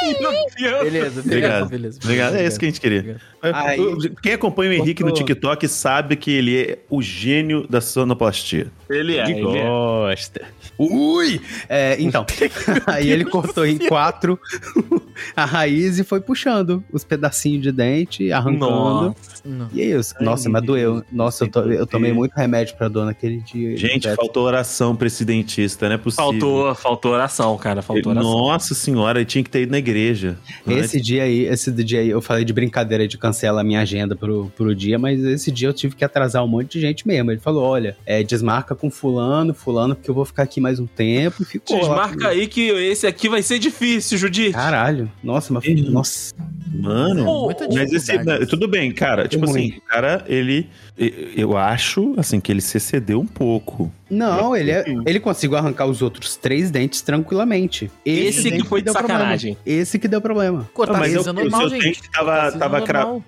Speaker 1: Beleza, beleza,
Speaker 3: Obrigado.
Speaker 1: beleza.
Speaker 3: Obrigado, é isso que a gente queria.
Speaker 4: Aí.
Speaker 3: Quem acompanha o Henrique no
Speaker 4: Voltou.
Speaker 3: TikTok sabe que ele é o gênio da sonoplastia.
Speaker 2: Ele é.
Speaker 3: De
Speaker 2: Ele é.
Speaker 3: gosta.
Speaker 4: Ui! É, então, aí ele
Speaker 1: Deus
Speaker 4: cortou em quatro a raiz e foi puxando os pedacinhos de dente, arrancando.
Speaker 1: Não.
Speaker 4: E é isso. Nossa,
Speaker 3: Ai,
Speaker 4: mas doeu.
Speaker 3: Deus,
Speaker 4: Nossa, eu, to-
Speaker 3: sem
Speaker 4: eu tomei
Speaker 3: poder.
Speaker 4: muito remédio pra dor naquele dia.
Speaker 3: Gente,
Speaker 4: Beto.
Speaker 3: faltou oração pra esse dentista, não é possível.
Speaker 2: Faltou, faltou oração, cara. Faltou oração.
Speaker 3: Nossa senhora, ele tinha que ter ido na igreja. é?
Speaker 4: Esse dia aí, esse dia aí, eu falei de brincadeira de cancelar a minha agenda pro, pro dia, mas esse dia eu tive que atrasar um monte de gente mesmo. Ele falou: olha, é, desmarca com fulano, fulano, porque eu vou ficar aqui mais um tempo e ficou. lá.
Speaker 2: Desmarca aí que esse aqui vai ser difícil, Judite.
Speaker 4: Caralho, nossa, mas. Nossa.
Speaker 3: Mano.
Speaker 1: Muita
Speaker 3: Mas esse.
Speaker 1: dificuldade.
Speaker 3: né, Tudo bem, cara. Tipo
Speaker 4: ruim.
Speaker 3: assim, o cara, ele. e- Eu acho, assim, que ele se excedeu um pouco.
Speaker 4: Não, ele, é- ele conseguiu arrancar os outros três dentes tranquilamente.
Speaker 2: Esse que
Speaker 4: dente
Speaker 2: foi de
Speaker 4: deu problema.
Speaker 2: sacanagem.
Speaker 4: Esse que deu problema.
Speaker 1: Cortar
Speaker 3: Ah, mas
Speaker 1: siso
Speaker 3: eu-
Speaker 1: é normal,
Speaker 3: o seu
Speaker 1: gente.
Speaker 3: dente tava-
Speaker 1: Cortar siso
Speaker 3: tava cra-
Speaker 1: normal.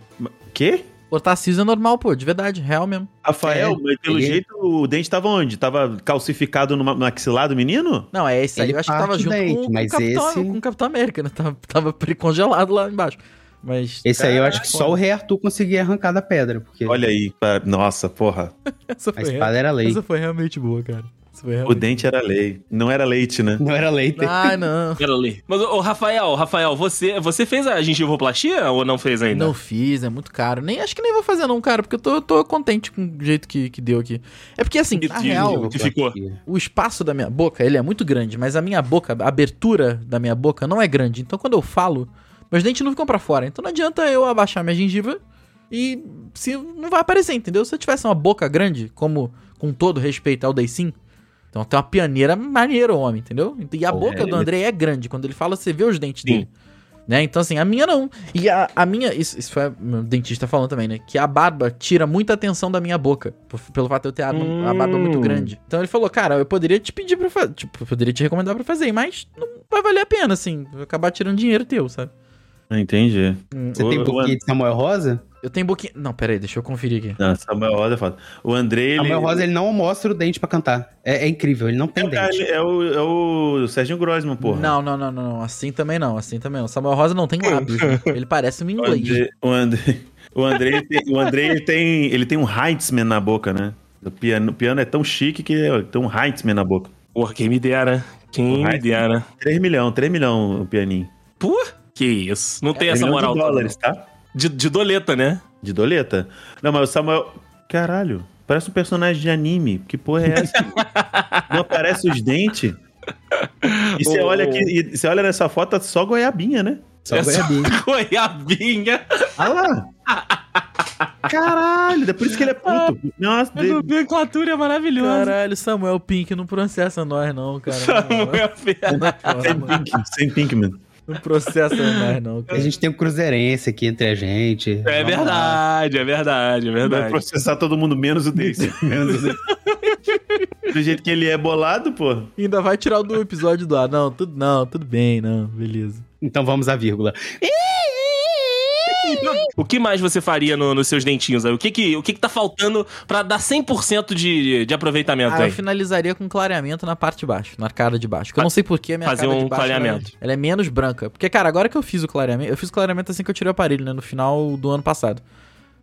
Speaker 3: Quê?
Speaker 1: Cortar siso é normal, pô, de verdade, real mesmo.
Speaker 3: Rafael,
Speaker 4: É,
Speaker 3: mas pelo
Speaker 4: ele-
Speaker 3: jeito o dente tava onde? Tava calcificado numa- no maxilar do menino?
Speaker 1: Não, é esse aí.
Speaker 4: Ele
Speaker 1: Eu acho que
Speaker 4: parte
Speaker 1: tava
Speaker 4: o
Speaker 1: junto
Speaker 4: dente,
Speaker 1: com,
Speaker 4: mas
Speaker 1: o Capitão,
Speaker 4: esse-
Speaker 1: com o Capitão América, né? Tava, tava pre- congelado lá embaixo. Mas.
Speaker 4: Esse aí eu acho que só o Rei Arthur conseguia arrancar da pedra, porque
Speaker 3: Olha aí, pra- nossa, porra.
Speaker 1: Essa
Speaker 4: a
Speaker 1: foi, real-
Speaker 4: espada era lei.
Speaker 1: essa foi realmente boa, cara. Essa foi
Speaker 3: O
Speaker 1: realmente...
Speaker 3: dente era lei. Não era leite, né?
Speaker 4: Não era lei.
Speaker 1: Ah, não.
Speaker 2: Quero ler. Mas, ô, Rafael, Rafael, você, você fez a gengivoplastia ou não fez ainda?
Speaker 1: Não fiz, é muito caro. Nem, acho que nem vou fazer, não, cara, porque eu tô, tô contente com o jeito que, que deu aqui. É porque, assim,
Speaker 2: Que
Speaker 1: na
Speaker 2: dia,
Speaker 1: real,
Speaker 2: que ficou.
Speaker 1: o espaço da minha boca, ele é muito grande, mas a minha boca, a abertura da minha boca não é grande. Então quando eu falo, meus dentes não ficam pra fora. Então não adianta eu abaixar minha gengiva e se não vai aparecer, entendeu? Se eu tivesse uma boca grande, como com todo respeito ao Deicin, então tem uma pianeira maneira o homem, entendeu? E a boca do André é grande. Quando ele fala, você vê os dentes
Speaker 2: Sim.
Speaker 1: dele. Né? Então, assim, a minha não. E a, a minha. Isso, isso foi o dentista falando também, né? Que a barba tira muita atenção da minha boca. por- pelo fato de eu ter a, a barba
Speaker 2: Hum.
Speaker 1: muito grande. Então ele falou, cara, eu poderia te pedir pra fazer. Tipo, eu poderia te recomendar pra fazer, mas não vai valer a pena, assim. Vai acabar tirando dinheiro teu, sabe?
Speaker 3: Entendi.
Speaker 4: Você tem
Speaker 3: Ô,
Speaker 4: boquinha de Samuel Rosa?
Speaker 1: Eu tenho boquinha. Não, pera aí, deixa eu conferir aqui.
Speaker 3: Não, Samuel Rosa é foda. O André, ele.
Speaker 4: Samuel Rosa, ele não mostra o dente pra cantar. É, é incrível, ele não
Speaker 3: é,
Speaker 4: tem
Speaker 3: o cara,
Speaker 4: dente.
Speaker 3: é o, é o Sérgio Grossman, porra.
Speaker 1: Não, não, não, não, não. Assim também não, assim também não. Samuel Rosa não tem lábios. né? Ele parece um
Speaker 3: O
Speaker 1: inglês.
Speaker 3: André, o André, o André, ele tem, o André ele tem, ele tem um Heinzmann na boca, né? O piano, o piano é tão chique que ele tem um Heinzmann na boca.
Speaker 2: Porra, quem me dera. Quem me
Speaker 3: Vai.
Speaker 2: dera.
Speaker 3: 3 milhão, 3 milhão o pianinho.
Speaker 2: Porra, que isso. Não tem
Speaker 3: 3
Speaker 2: essa
Speaker 3: milhão
Speaker 2: moral.
Speaker 3: de
Speaker 2: toda,
Speaker 3: dólares, tá?
Speaker 2: não. De, de doleta, né?
Speaker 3: De doleta. Não, mas o Samuel. Caralho, parece um personagem de anime. Que porra é essa? Não aparece os dentes. E você
Speaker 2: Ô,
Speaker 3: olha
Speaker 2: ô.
Speaker 3: aqui, e você olha nessa foto, tá só goiabinha, né?
Speaker 4: Só
Speaker 2: é só-
Speaker 4: goiabinha.
Speaker 2: Goiabinha.
Speaker 3: Olha lá! Caralho, é por isso que ele é
Speaker 2: Ah,
Speaker 3: puto. Nossa,
Speaker 2: A
Speaker 3: de-
Speaker 2: nomenclatura é maravilhosa.
Speaker 1: Caralho, Samuel Pink não processa nós, não, cara.
Speaker 2: Samuel Ferreira.
Speaker 3: sem pink, sem pink, mano.
Speaker 1: Não processa nós, não,
Speaker 4: A
Speaker 1: cara.
Speaker 4: gente tem um cruzeirense aqui entre a gente.
Speaker 2: É
Speaker 4: Vamos lá.
Speaker 2: verdade, é verdade, é
Speaker 3: Vai
Speaker 2: verdade.
Speaker 3: processar todo mundo menos o Daisy. do jeito que ele é bolado, pô.
Speaker 1: Ainda vai tirar o do episódio do ar. Não, tudo, não, tudo bem, não. Beleza.
Speaker 4: Então vamos à
Speaker 1: Um
Speaker 4: vírgula.
Speaker 2: O que mais você faria no- nos seus dentinhos aí? O que que, o que, que tá faltando pra dar 100% de, de aproveitamento
Speaker 1: Ah, eu
Speaker 2: aí?
Speaker 1: finalizaria com clareamento na parte de baixo, na cara de baixo. Que eu não sei por que a minha
Speaker 2: Fazer
Speaker 1: cara
Speaker 2: um
Speaker 1: de baixo
Speaker 2: clareamento.
Speaker 1: Ela, ela é menos branca. Porque, cara, agora que eu fiz o clareamento, eu fiz o clareamento assim que eu tirei o aparelho, né? No final do ano passado.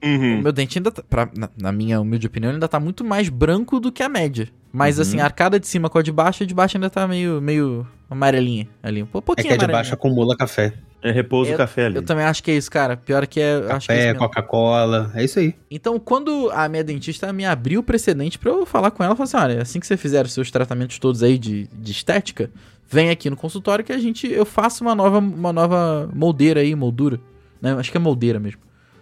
Speaker 2: Uhum.
Speaker 4: Hum.
Speaker 1: O meu dente ainda, tá, pra- na, na minha humilde opinião, ele ainda tá muito mais branco do que a média. Mas,
Speaker 4: Uhum.
Speaker 1: assim, a arcada de cima com a de baixo, a de baixo ainda tá meio, meio amarelinha ali. Um
Speaker 4: É
Speaker 1: pouquinho
Speaker 4: que a de
Speaker 1: amarelinha.
Speaker 4: baixo acumula café.
Speaker 3: É repouso o café ali.
Speaker 1: Eu também acho que é isso, cara. Pior que é. acho que é isso
Speaker 4: Café,
Speaker 1: mesmo.
Speaker 4: Coca-Cola, é isso aí.
Speaker 1: Então, quando a minha dentista me abriu o precedente pra eu falar com ela, eu falei assim: olha, assim que você fizer os seus tratamentos todos aí de, de estética, vem aqui no consultório que a gente. Eu faço uma nova, uma nova moldeira aí, moldura. Né? Acho que é moldeira mesmo.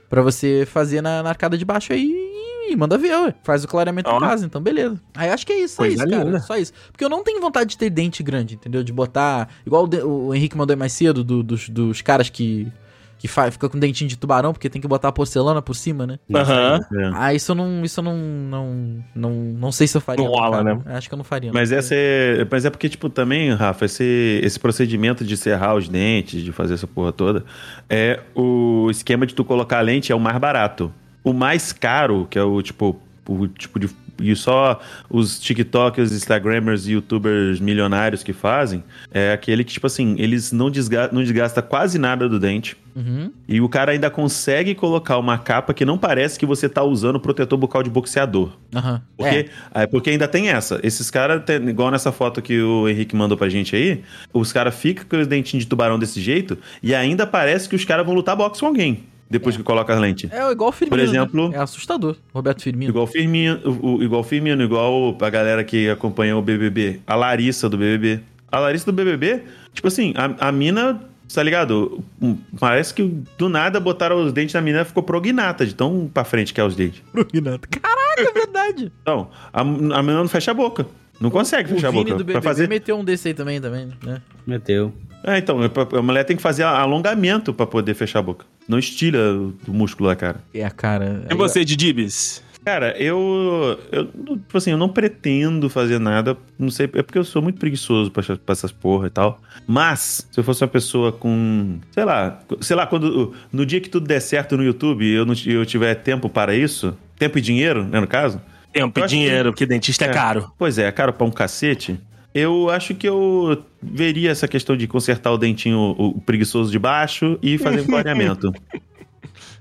Speaker 1: Pra você fazer na, na arcada de baixo aí e manda ver, ué. Faz o clareamento
Speaker 2: Ó.
Speaker 1: em casa, então beleza. Aí acho que é isso, só
Speaker 2: Coisa
Speaker 1: isso, cara.
Speaker 2: linda.
Speaker 1: Só isso. Porque eu não tenho vontade de ter dente grande, entendeu? De botar. Igual o, de- o Henrique mandou aí mais cedo, do- dos, dos caras que. Que fa- fica com dentinho de tubarão, porque tem que botar a porcelana por cima, né?
Speaker 2: Aham.
Speaker 3: É.
Speaker 1: Ah, isso eu não. Isso eu não. Não, não, não sei se eu faria.
Speaker 2: Não rola,
Speaker 1: cara. Acho que eu não faria. não.
Speaker 3: Mas essa é. Mas é porque, tipo, também, Rafa, esse, esse procedimento de serrar os dentes, de fazer essa porra toda, é o esquema de tu colocar a lente é o mais barato. O mais caro, que é o tipo o tipo de. E só os TikTokers, Instagramers e YouTubers milionários que fazem é aquele que, tipo assim, eles não desgastam não desgasta quase nada do dente.
Speaker 1: Uhum.
Speaker 3: E o cara ainda consegue colocar uma capa que não parece que você tá usando protetor bucal de boxeador.
Speaker 1: Aham.
Speaker 3: Porque, é, porque ainda tem essa. Esses caras, tem- igual nessa foto que o Henrique mandou pra gente aí, os caras ficam com os dentinhos de tubarão desse jeito e ainda parece que os caras vão lutar boxe com alguém depois que coloca as lentes.
Speaker 1: É, é igual o Firmino. né?
Speaker 3: exemplo-
Speaker 1: É assustador. Roberto Firmino.
Speaker 3: Igual o Firmino, o- o- igual o Firmino, igual a galera que acompanhou o BBB, a Larissa do BBB. A Larissa do BBB, tipo assim, a, a mina, tá ligado? Um- Parece que do nada botaram os dentes na mina e ficou prognata de tão pra frente que é os dentes.
Speaker 1: Pro Renato. Caraca, é verdade.
Speaker 3: Então, a, a mina não fecha a boca. Não consegue
Speaker 1: o
Speaker 3: fechar a
Speaker 1: Vini
Speaker 3: boca.
Speaker 1: do
Speaker 3: Pra
Speaker 1: BBB
Speaker 3: fazer,
Speaker 1: meteu um desse aí também, também, né?
Speaker 4: Meteu.
Speaker 3: É, então, a mulher tem que fazer alongamento pra poder fechar a boca. Não estilha o músculo da cara.
Speaker 1: É, cara.
Speaker 2: E você, Didibis?
Speaker 3: Cara, eu, eu. não- Tipo assim, eu não pretendo fazer nada. Não sei. É porque eu sou muito preguiçoso pra, essa- pra essas porra e tal. Mas, se eu fosse uma pessoa com. Sei lá. Sei lá, quando. No dia que tudo der certo no YouTube e eu, não, ti- eu tiver tempo para isso. Tempo e dinheiro, né, no caso.
Speaker 2: Tempo
Speaker 3: Eu
Speaker 2: e
Speaker 3: acho que-
Speaker 2: dinheiro, porque dentista é,
Speaker 3: É.
Speaker 2: caro.
Speaker 3: Pois é, é caro pra um cacete. Eu acho que eu veria essa questão de consertar o dentinho o, o preguiçoso de baixo e fazer um clareamento.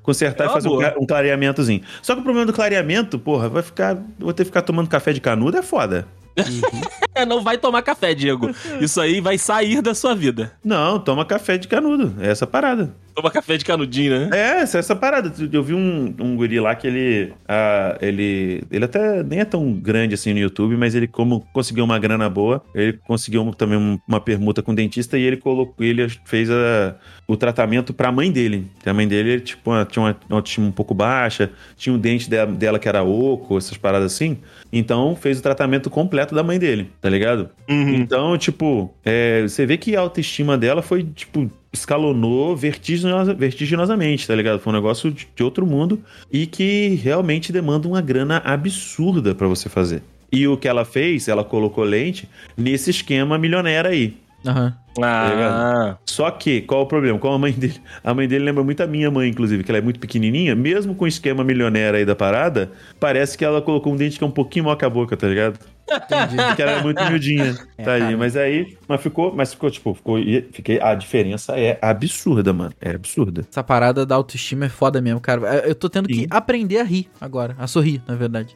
Speaker 3: Consertar
Speaker 2: É
Speaker 3: e
Speaker 2: uma
Speaker 3: fazer um,
Speaker 2: boa.
Speaker 3: cla- um clareamentozinho. Só que o problema do clareamento, porra, vai ficar. Vou ter que ficar tomando café de canudo, é foda.
Speaker 2: É, não vai tomar café, Diego. Isso aí vai sair da sua vida.
Speaker 3: Não, toma café de canudo. É essa parada.
Speaker 2: Toma café de canudinho, né?
Speaker 3: É, essa, essa parada. Eu vi um, um guri lá que ele, ah, ele. Ele até nem é tão grande assim no YouTube, mas ele, como conseguiu uma grana boa, ele conseguiu um- também um- uma permuta com o dentista e ele colocou. Ele fez a- o tratamento pra mãe dele. Porque A mãe dele, tipo, uma- tinha uma autoestima um pouco baixa, tinha um dente dela, dela que era oco, essas paradas assim. Então fez o tratamento completo da mãe dele, tá ligado?
Speaker 2: Uhum.
Speaker 3: Então, tipo, é, você vê que a autoestima dela foi, tipo, escalonou vertiginosa- vertiginosamente, tá ligado? Foi um negócio de, de outro mundo e que realmente demanda uma grana absurda pra você fazer. E o que ela fez, ela colocou lente nesse esquema milionário aí.
Speaker 1: Aham.
Speaker 2: Ah,
Speaker 3: Só que, qual o problema? Qual a mãe dele? A mãe dele lembra muito a minha mãe, inclusive, que ela é muito pequenininha. Mesmo com o esquema milionário aí da parada, parece que ela colocou um dente que é um pouquinho maior que a boca, tá ligado?
Speaker 1: Entendi.
Speaker 3: que ela é muito miudinha.
Speaker 1: É,
Speaker 3: tá aí.
Speaker 1: cara.
Speaker 3: Mas aí, mas ficou, mas ficou, tipo, ficou. e Fiquei, a diferença é absurda, mano. É absurda.
Speaker 1: Essa parada da autoestima é foda mesmo, cara. Eu tô tendo que
Speaker 3: Sim.
Speaker 1: aprender a rir agora. A sorrir, na verdade.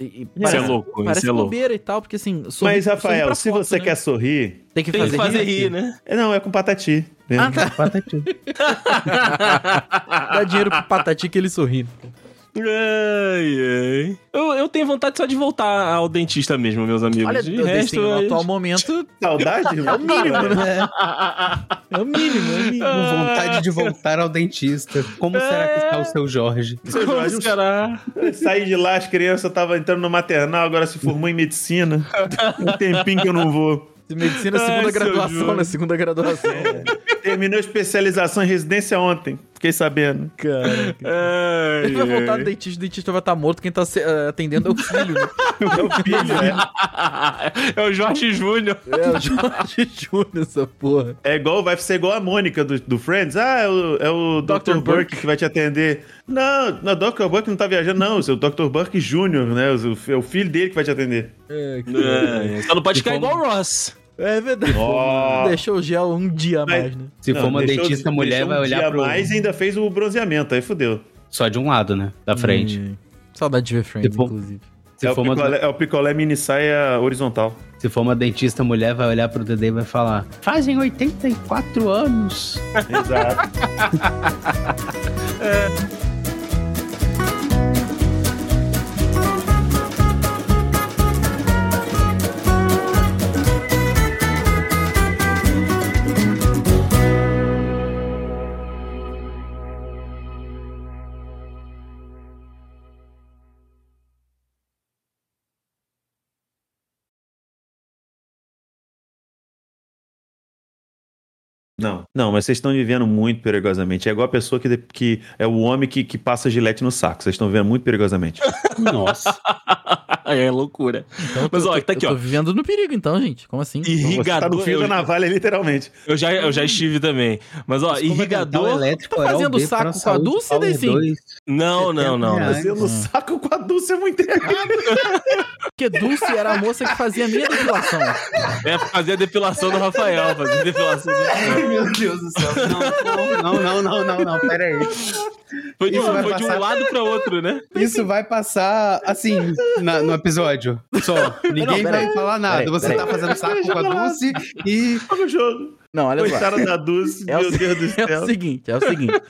Speaker 1: E- e
Speaker 2: isso é
Speaker 1: parece-
Speaker 2: louco,
Speaker 1: Parece
Speaker 2: isso é louco.
Speaker 1: bobeira e tal, porque assim... sorrir-
Speaker 3: mas,
Speaker 1: sorrir
Speaker 3: Rafael,
Speaker 1: pra
Speaker 3: se
Speaker 1: foto,
Speaker 3: você
Speaker 1: né?
Speaker 3: quer sorrir.
Speaker 1: Tem que
Speaker 2: tem
Speaker 1: fazer,
Speaker 2: que fazer
Speaker 1: rir.
Speaker 2: rir, né?
Speaker 3: é, Não, é com patati. mesmo.
Speaker 1: Ah, tá.
Speaker 4: Patati.
Speaker 1: Dá dinheiro pro Patati que ele sorri.
Speaker 2: Ai, ai. Eu, eu tenho vontade só de voltar ao dentista mesmo, meus amigos.
Speaker 1: Olha,
Speaker 2: de
Speaker 1: eu
Speaker 2: resto,
Speaker 1: resto, no
Speaker 2: é-
Speaker 1: atual momento,
Speaker 3: Saudade? É o mínimo,
Speaker 1: né? é o mínimo, é o mínimo.
Speaker 4: Com vontade de voltar ao dentista. Como será que está o seu Jorge?
Speaker 2: Como será?
Speaker 3: Saí de lá, as crianças estavam entrando no maternal, agora se formou em medicina. Um tempinho que eu não vou.
Speaker 1: Medicina,
Speaker 2: Ai,
Speaker 1: segunda
Speaker 2: seu
Speaker 1: graduação,
Speaker 2: Júlio.
Speaker 1: né? Segunda graduação.
Speaker 3: Terminei a especialização em residência ontem. Fiquei sabendo.
Speaker 1: Caraca.
Speaker 2: Ai,
Speaker 1: Ele vai voltar
Speaker 2: ai.
Speaker 1: do dentista, o dentista vai estar morto, quem tá se- eh, atendendo é o filho, né?
Speaker 3: Meu filho, é.
Speaker 2: É o Jorge Júnior.
Speaker 1: É o Jorge Júnior, essa porra.
Speaker 3: É igual, vai ser igual a Mônica do, do Friends. Ah, é o, é o Dr. Burke. que vai te atender. Não, não, o Dr. Burke não tá viajando, não. É o Dr. Burke Jr., né? O- É o filho dele que vai te atender.
Speaker 1: É, cara.
Speaker 2: Ai, Só não
Speaker 1: De
Speaker 2: pode ficar
Speaker 1: forma-
Speaker 2: igual o Ross.
Speaker 1: É verdade.
Speaker 3: Ó.
Speaker 1: Deixou o gel um dia a
Speaker 3: Mas-
Speaker 1: mais, né?
Speaker 4: Se
Speaker 3: Não,
Speaker 4: for uma
Speaker 3: deixou-
Speaker 4: dentista mulher,
Speaker 3: deixou um
Speaker 4: vai
Speaker 3: dia
Speaker 4: olhar pro...
Speaker 3: mais e ainda fez o bronzeamento, aí fudeu.
Speaker 4: Só de um lado, né? Da frente.
Speaker 1: Hum. Saudade de ver Friends,
Speaker 4: Tipo,
Speaker 1: inclusive.
Speaker 4: Se,
Speaker 3: é, o
Speaker 4: for uma,
Speaker 3: picolé, é o picolé mini saia horizontal.
Speaker 4: se for uma dentista mulher, vai olhar pro Dedê e vai falar Fazem 84 anos.
Speaker 3: Exato. Não, não, mas vocês estão vivendo muito perigosamente. É igual a pessoa que, que é o homem que, que passa gilete no saco. Vocês estão vivendo muito perigosamente.
Speaker 4: Nossa.
Speaker 2: é loucura.
Speaker 1: Então,
Speaker 2: Mas,
Speaker 1: eu
Speaker 2: ó,
Speaker 1: tô-
Speaker 2: tá aqui,
Speaker 1: eu
Speaker 2: ó.
Speaker 1: tô vivendo no perigo, então, gente. Como assim?
Speaker 3: Você tá
Speaker 2: Irrigador.
Speaker 3: no fio da
Speaker 2: eu,
Speaker 3: navalha, literalmente.
Speaker 2: eu já, eu já estive também. Mas,
Speaker 4: é
Speaker 2: ó,
Speaker 4: Metal
Speaker 2: irrigador.
Speaker 4: elétrico,
Speaker 1: Tá
Speaker 4: oral
Speaker 1: fazendo
Speaker 4: B,
Speaker 1: saco
Speaker 4: para a
Speaker 1: com a
Speaker 4: saúde,
Speaker 1: Dulce,
Speaker 4: Power
Speaker 1: Deizinho?
Speaker 4: 2.
Speaker 2: Não, não, não.
Speaker 4: Ai,
Speaker 3: Mas eu
Speaker 1: hum.
Speaker 3: no saco com a Dulce é muito errado.
Speaker 1: Porque Dulce era a moça que fazia a minha depilação.
Speaker 2: É fazer a depilação do Rafael. Fazer a depilação do Rafael.
Speaker 4: Ai, meu Deus do céu. Não, não, não, não, não, não, pera aí.
Speaker 2: Foi de,
Speaker 4: Isso vai
Speaker 2: foi de um
Speaker 4: passar.
Speaker 2: lado pra outro, né?
Speaker 4: Isso vai passar, assim, na- no episódio. Só. Ninguém
Speaker 1: pera
Speaker 4: vai
Speaker 1: aí.
Speaker 4: falar nada.
Speaker 1: Pera aí,
Speaker 4: Você
Speaker 1: pera
Speaker 4: tá fazendo saco com a Dulce e...
Speaker 3: Olha o jogo.
Speaker 1: Não, olha só.
Speaker 3: Coitada da Dulce,
Speaker 1: É o-
Speaker 3: meu Deus do
Speaker 1: É
Speaker 3: céu.
Speaker 1: o seguinte, é o seguinte.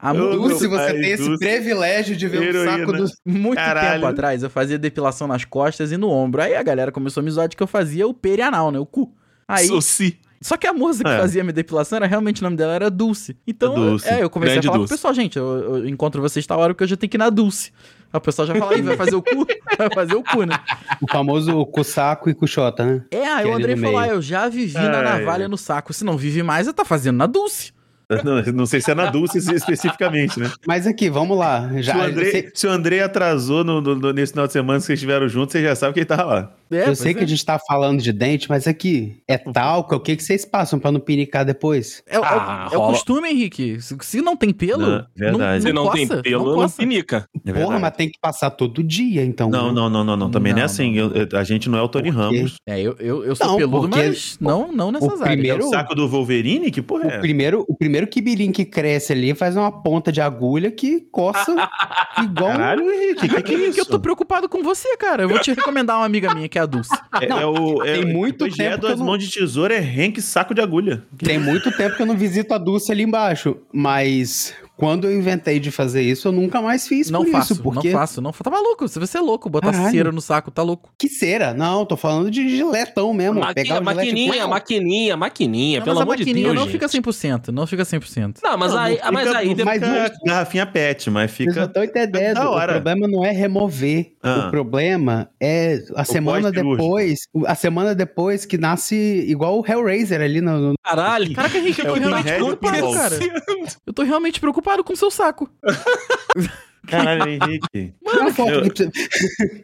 Speaker 1: Há
Speaker 3: Eu-
Speaker 1: muito,
Speaker 4: Dulce, você
Speaker 3: Ai,
Speaker 4: tem esse
Speaker 3: Dulce.
Speaker 4: privilégio de ver o saco
Speaker 3: Heroína.
Speaker 4: do...
Speaker 1: muito
Speaker 3: Caralho.
Speaker 1: tempo atrás, eu fazia depilação nas costas e no ombro. Aí a galera começou a me zoar de que eu fazia o perianal, né? O cu. Aí,
Speaker 2: Ou se.
Speaker 1: só que a moça que
Speaker 3: É.
Speaker 1: fazia minha depilação era realmente o nome dela era Dulce. Então,
Speaker 3: Dulce.
Speaker 1: é, eu comecei
Speaker 2: Grande
Speaker 1: a falar
Speaker 2: Dulce.
Speaker 1: pro pessoal, gente, eu, eu encontro vocês tal hora porque eu já tenho que ir na Dulce. Aí O pessoal já fala, aí, vai fazer o cu? Vai fazer o cu, né?
Speaker 4: O famoso com saco e cuchota, né?
Speaker 1: É, aí
Speaker 4: Que
Speaker 1: o
Speaker 4: ali
Speaker 1: Andrei
Speaker 4: no
Speaker 1: falou: ah,
Speaker 4: meio.
Speaker 1: eu já vivi na
Speaker 3: Ai,
Speaker 1: navalha
Speaker 3: ai.
Speaker 1: no saco. Se não vive mais, eu tá fazendo na Dulce.
Speaker 3: Não, não sei se é na Dulce especificamente, né?
Speaker 4: Mas aqui, vamos lá.
Speaker 3: Se
Speaker 4: Já,
Speaker 3: o
Speaker 4: eu
Speaker 3: André,
Speaker 1: É,
Speaker 4: sei,
Speaker 3: se o André atrasou no, no- no- nesse final de semana que vocês estiveram juntos, você já sabe que ele tava lá.
Speaker 1: É,
Speaker 4: eu
Speaker 1: pois
Speaker 4: sei que
Speaker 1: é.
Speaker 4: a gente tá falando de dente, mas aqui, é talco? O que, que vocês passam pra não pinicar depois?
Speaker 1: É, é o-
Speaker 2: Ah,
Speaker 1: é o
Speaker 2: rola.
Speaker 1: costume, Henrique. Se, se não tem pelo,
Speaker 3: Não,
Speaker 1: não,
Speaker 3: verdade.
Speaker 1: não,
Speaker 2: Se não tem
Speaker 1: coça,
Speaker 2: pelo,
Speaker 1: não
Speaker 2: não
Speaker 1: coça.
Speaker 2: pinica.
Speaker 1: É
Speaker 4: Porra, mas tem que passar todo dia, então.
Speaker 3: Não, não, não, não, não. Também não é
Speaker 1: Não,
Speaker 3: assim. Eu- eu- a gente não é o Tony
Speaker 4: Por quê?
Speaker 3: Ramos.
Speaker 1: É, eu, eu, eu sou
Speaker 4: Não,
Speaker 1: peludo,
Speaker 4: porque
Speaker 1: mas não, não nessas
Speaker 3: É
Speaker 4: primeiro-
Speaker 1: áreas.
Speaker 3: o saco do Wolverine? Que porra
Speaker 4: O
Speaker 3: é?
Speaker 4: primeiro, o primeiro quibirim que cresce ali faz uma ponta de agulha que coça igual.
Speaker 3: Caralho, Henrique, que que é
Speaker 1: Porque
Speaker 3: isso?
Speaker 1: eu tô preocupado com você, cara. Eu vou te recomendar uma amiga minha, que é a Dulce.
Speaker 3: É, é o, é,
Speaker 4: tem muito
Speaker 3: o Gé
Speaker 4: tempo que
Speaker 3: das
Speaker 4: eu não-
Speaker 3: mãos de tesoura é Henk saco de agulha.
Speaker 4: Tem muito tempo que eu não visito a Dulce ali embaixo, mas quando eu inventei de fazer isso, eu nunca mais fiz
Speaker 1: não
Speaker 4: por
Speaker 1: faço,
Speaker 4: isso, porque
Speaker 1: não faço, não faço. Tá maluco, se você é louco, botar
Speaker 4: Caralho.
Speaker 1: cera no saco, tá louco.
Speaker 4: que cera? Não, tô falando de giletão mesmo,
Speaker 2: Maqui-
Speaker 4: pegar o gilete
Speaker 2: maquininha,
Speaker 4: Uau!
Speaker 2: maquininha, maquininha,
Speaker 3: É,
Speaker 1: Não,
Speaker 2: pelo
Speaker 1: mas a
Speaker 2: amor de Deus.
Speaker 1: maquininha não
Speaker 2: gente.
Speaker 1: fica 100%, não fica 100%.
Speaker 2: Não, mas
Speaker 3: Não,
Speaker 2: aí,
Speaker 3: não
Speaker 2: mas
Speaker 3: fica-
Speaker 2: aí
Speaker 3: não
Speaker 2: depois.
Speaker 3: fica
Speaker 4: depois-
Speaker 3: garrafinha pet, mas
Speaker 4: Vocês não
Speaker 3: fica
Speaker 4: estão
Speaker 3: Fica
Speaker 4: entendendo.
Speaker 3: da
Speaker 4: O
Speaker 3: hora.
Speaker 4: problema não é remover.
Speaker 3: Ah.
Speaker 4: O problema é a semana
Speaker 3: pós-cirúrgico.
Speaker 4: depois. A semana depois que nasce igual o Hellraiser ali no. no-
Speaker 2: Caralho.
Speaker 1: Caraca, Henrique, eu
Speaker 3: É
Speaker 1: tô
Speaker 3: o
Speaker 1: realmente
Speaker 3: Pinhead do
Speaker 1: preocupado,
Speaker 3: pinball.
Speaker 1: cara. Eu tô realmente preocupado com o seu saco.
Speaker 3: Caralho, Henrique.
Speaker 4: Não, foto que precisa-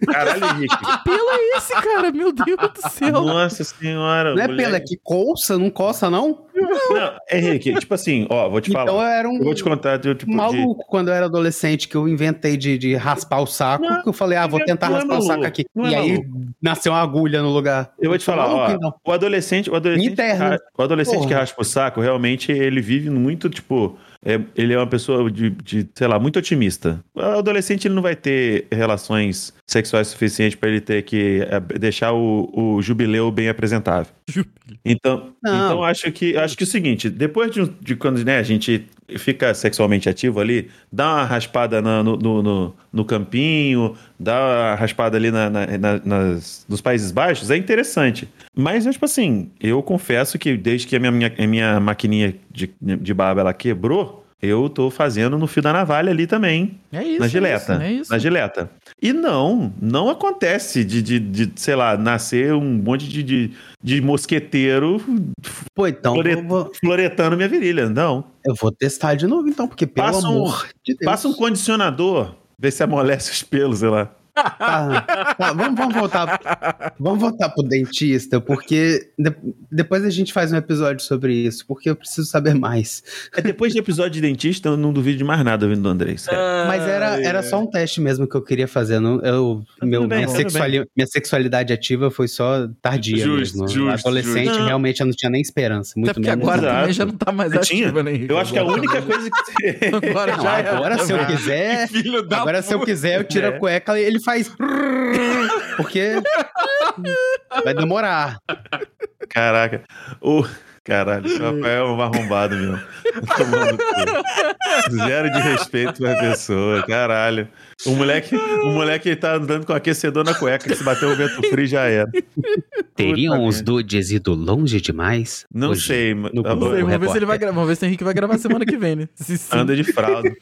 Speaker 3: Caralho, Henrique.
Speaker 1: Pelo é esse, cara? Meu Deus do céu.
Speaker 3: Nossa senhora.
Speaker 4: não é
Speaker 3: moleque.
Speaker 4: pela que coça, não coça, não?
Speaker 3: Não, Henrique, tipo assim, ó, vou te
Speaker 4: Então
Speaker 3: falar.
Speaker 4: eu era um
Speaker 3: Eu vou te contar, eu, tipo, de...
Speaker 4: maluco quando eu era adolescente que eu inventei de, de raspar o saco.
Speaker 3: Não,
Speaker 4: que eu falei, ah, vou
Speaker 3: não é-
Speaker 4: tentar
Speaker 3: não é
Speaker 4: raspar o saco
Speaker 3: maluco,
Speaker 4: aqui.
Speaker 3: não é
Speaker 4: e aí nasceu uma agulha no lugar.
Speaker 3: Eu vou te
Speaker 4: Sou
Speaker 3: falar,
Speaker 4: maluco,
Speaker 3: ó,
Speaker 4: então.
Speaker 3: o adolescente, o adolescente,
Speaker 4: Interno.
Speaker 3: que ra- o adolescente
Speaker 4: Porra.
Speaker 3: que raspa o saco, realmente, ele vive muito, tipo, é- ele é uma pessoa de, de, sei lá, muito otimista. O adolescente, ele não vai ter relações sexuais suficientes pra ele ter que é, deixar o, o jubileu bem apresentável. Então,
Speaker 4: Não.
Speaker 3: então acho que acho que é o seguinte, depois de, um- de quando né, a gente fica sexualmente ativo ali, dá uma raspada na- no, no, no- no campinho, dá uma raspada ali na- na- na- nas- nos Países Baixos, é interessante. Mas, eu, tipo assim, eu confesso que desde que a minha, minha, a minha maquininha de, de barba ela quebrou, eu tô fazendo no fio da navalha ali também,
Speaker 1: É isso.
Speaker 3: na
Speaker 1: é
Speaker 3: gileta.
Speaker 1: isso, É isso.
Speaker 3: Na gileta. E não, não acontece de, de, de, sei lá, nascer um monte de, de, de mosqueteiro
Speaker 4: Pô, então
Speaker 3: Flore-
Speaker 4: eu vou,
Speaker 3: floretando minha virilha. Não.
Speaker 4: eu vou testar de novo, então, porque pelo
Speaker 3: Passa um-
Speaker 4: amor de Deus.
Speaker 3: Passa um condicionador, vê se amolece os pelos, sei lá.
Speaker 4: Tá, tá, vamos, vamos voltar. Vamos voltar pro dentista, porque de- depois a gente faz um episódio sobre isso, porque eu preciso saber mais.
Speaker 3: É depois de episódio de dentista, eu não duvido de mais nada vindo do Andrei. sério.
Speaker 4: Mas era, era só um teste mesmo que eu queria fazer. Não, eu,
Speaker 3: Tá
Speaker 4: meu,
Speaker 3: tudo bem,
Speaker 4: minha,
Speaker 3: tá tudo
Speaker 4: sexuali- minha sexualidade ativa foi só tardia
Speaker 2: Justo,
Speaker 4: mesmo.
Speaker 2: justo,
Speaker 4: Adolescente,
Speaker 3: justo.
Speaker 4: realmente eu não tinha nem esperança. Muito
Speaker 1: Até porque
Speaker 4: menos-
Speaker 1: agora também
Speaker 3: Exato.
Speaker 1: já não tá mais
Speaker 3: Não
Speaker 1: ativa,
Speaker 3: tinha?
Speaker 1: né, Henrique?
Speaker 3: Eu acho que é a
Speaker 1: Agora-
Speaker 3: única coisa que.
Speaker 1: Agora
Speaker 4: Não,
Speaker 1: já é. era
Speaker 4: agora se eu
Speaker 1: também.
Speaker 4: quiser.
Speaker 2: Filho da
Speaker 4: Agora se eu
Speaker 2: puta.
Speaker 4: quiser, eu tiro a
Speaker 3: É.
Speaker 4: cueca e ele faz. Porque. Vai demorar.
Speaker 3: Caraca. O... Caralho, o Rafael é um arrombado mesmo. Tá Tomando cu. Zero de respeito pra pessoa, caralho. O moleque, o moleque ele tá andando com aquecedor na cueca, que se bater o vento frio já era.
Speaker 4: Teriam
Speaker 3: Puta
Speaker 4: os
Speaker 3: merda.
Speaker 4: dudes ido longe demais?
Speaker 3: Não
Speaker 4: Hoje,
Speaker 3: sei, mas
Speaker 4: no
Speaker 3: tá
Speaker 1: Não
Speaker 3: bom.
Speaker 1: sei,
Speaker 4: O
Speaker 1: vamos ver se ele
Speaker 4: repórter.
Speaker 1: vai gravar. Vamos ver se o Henrique vai gravar semana que vem, né? Se sim.
Speaker 3: anda de fralda.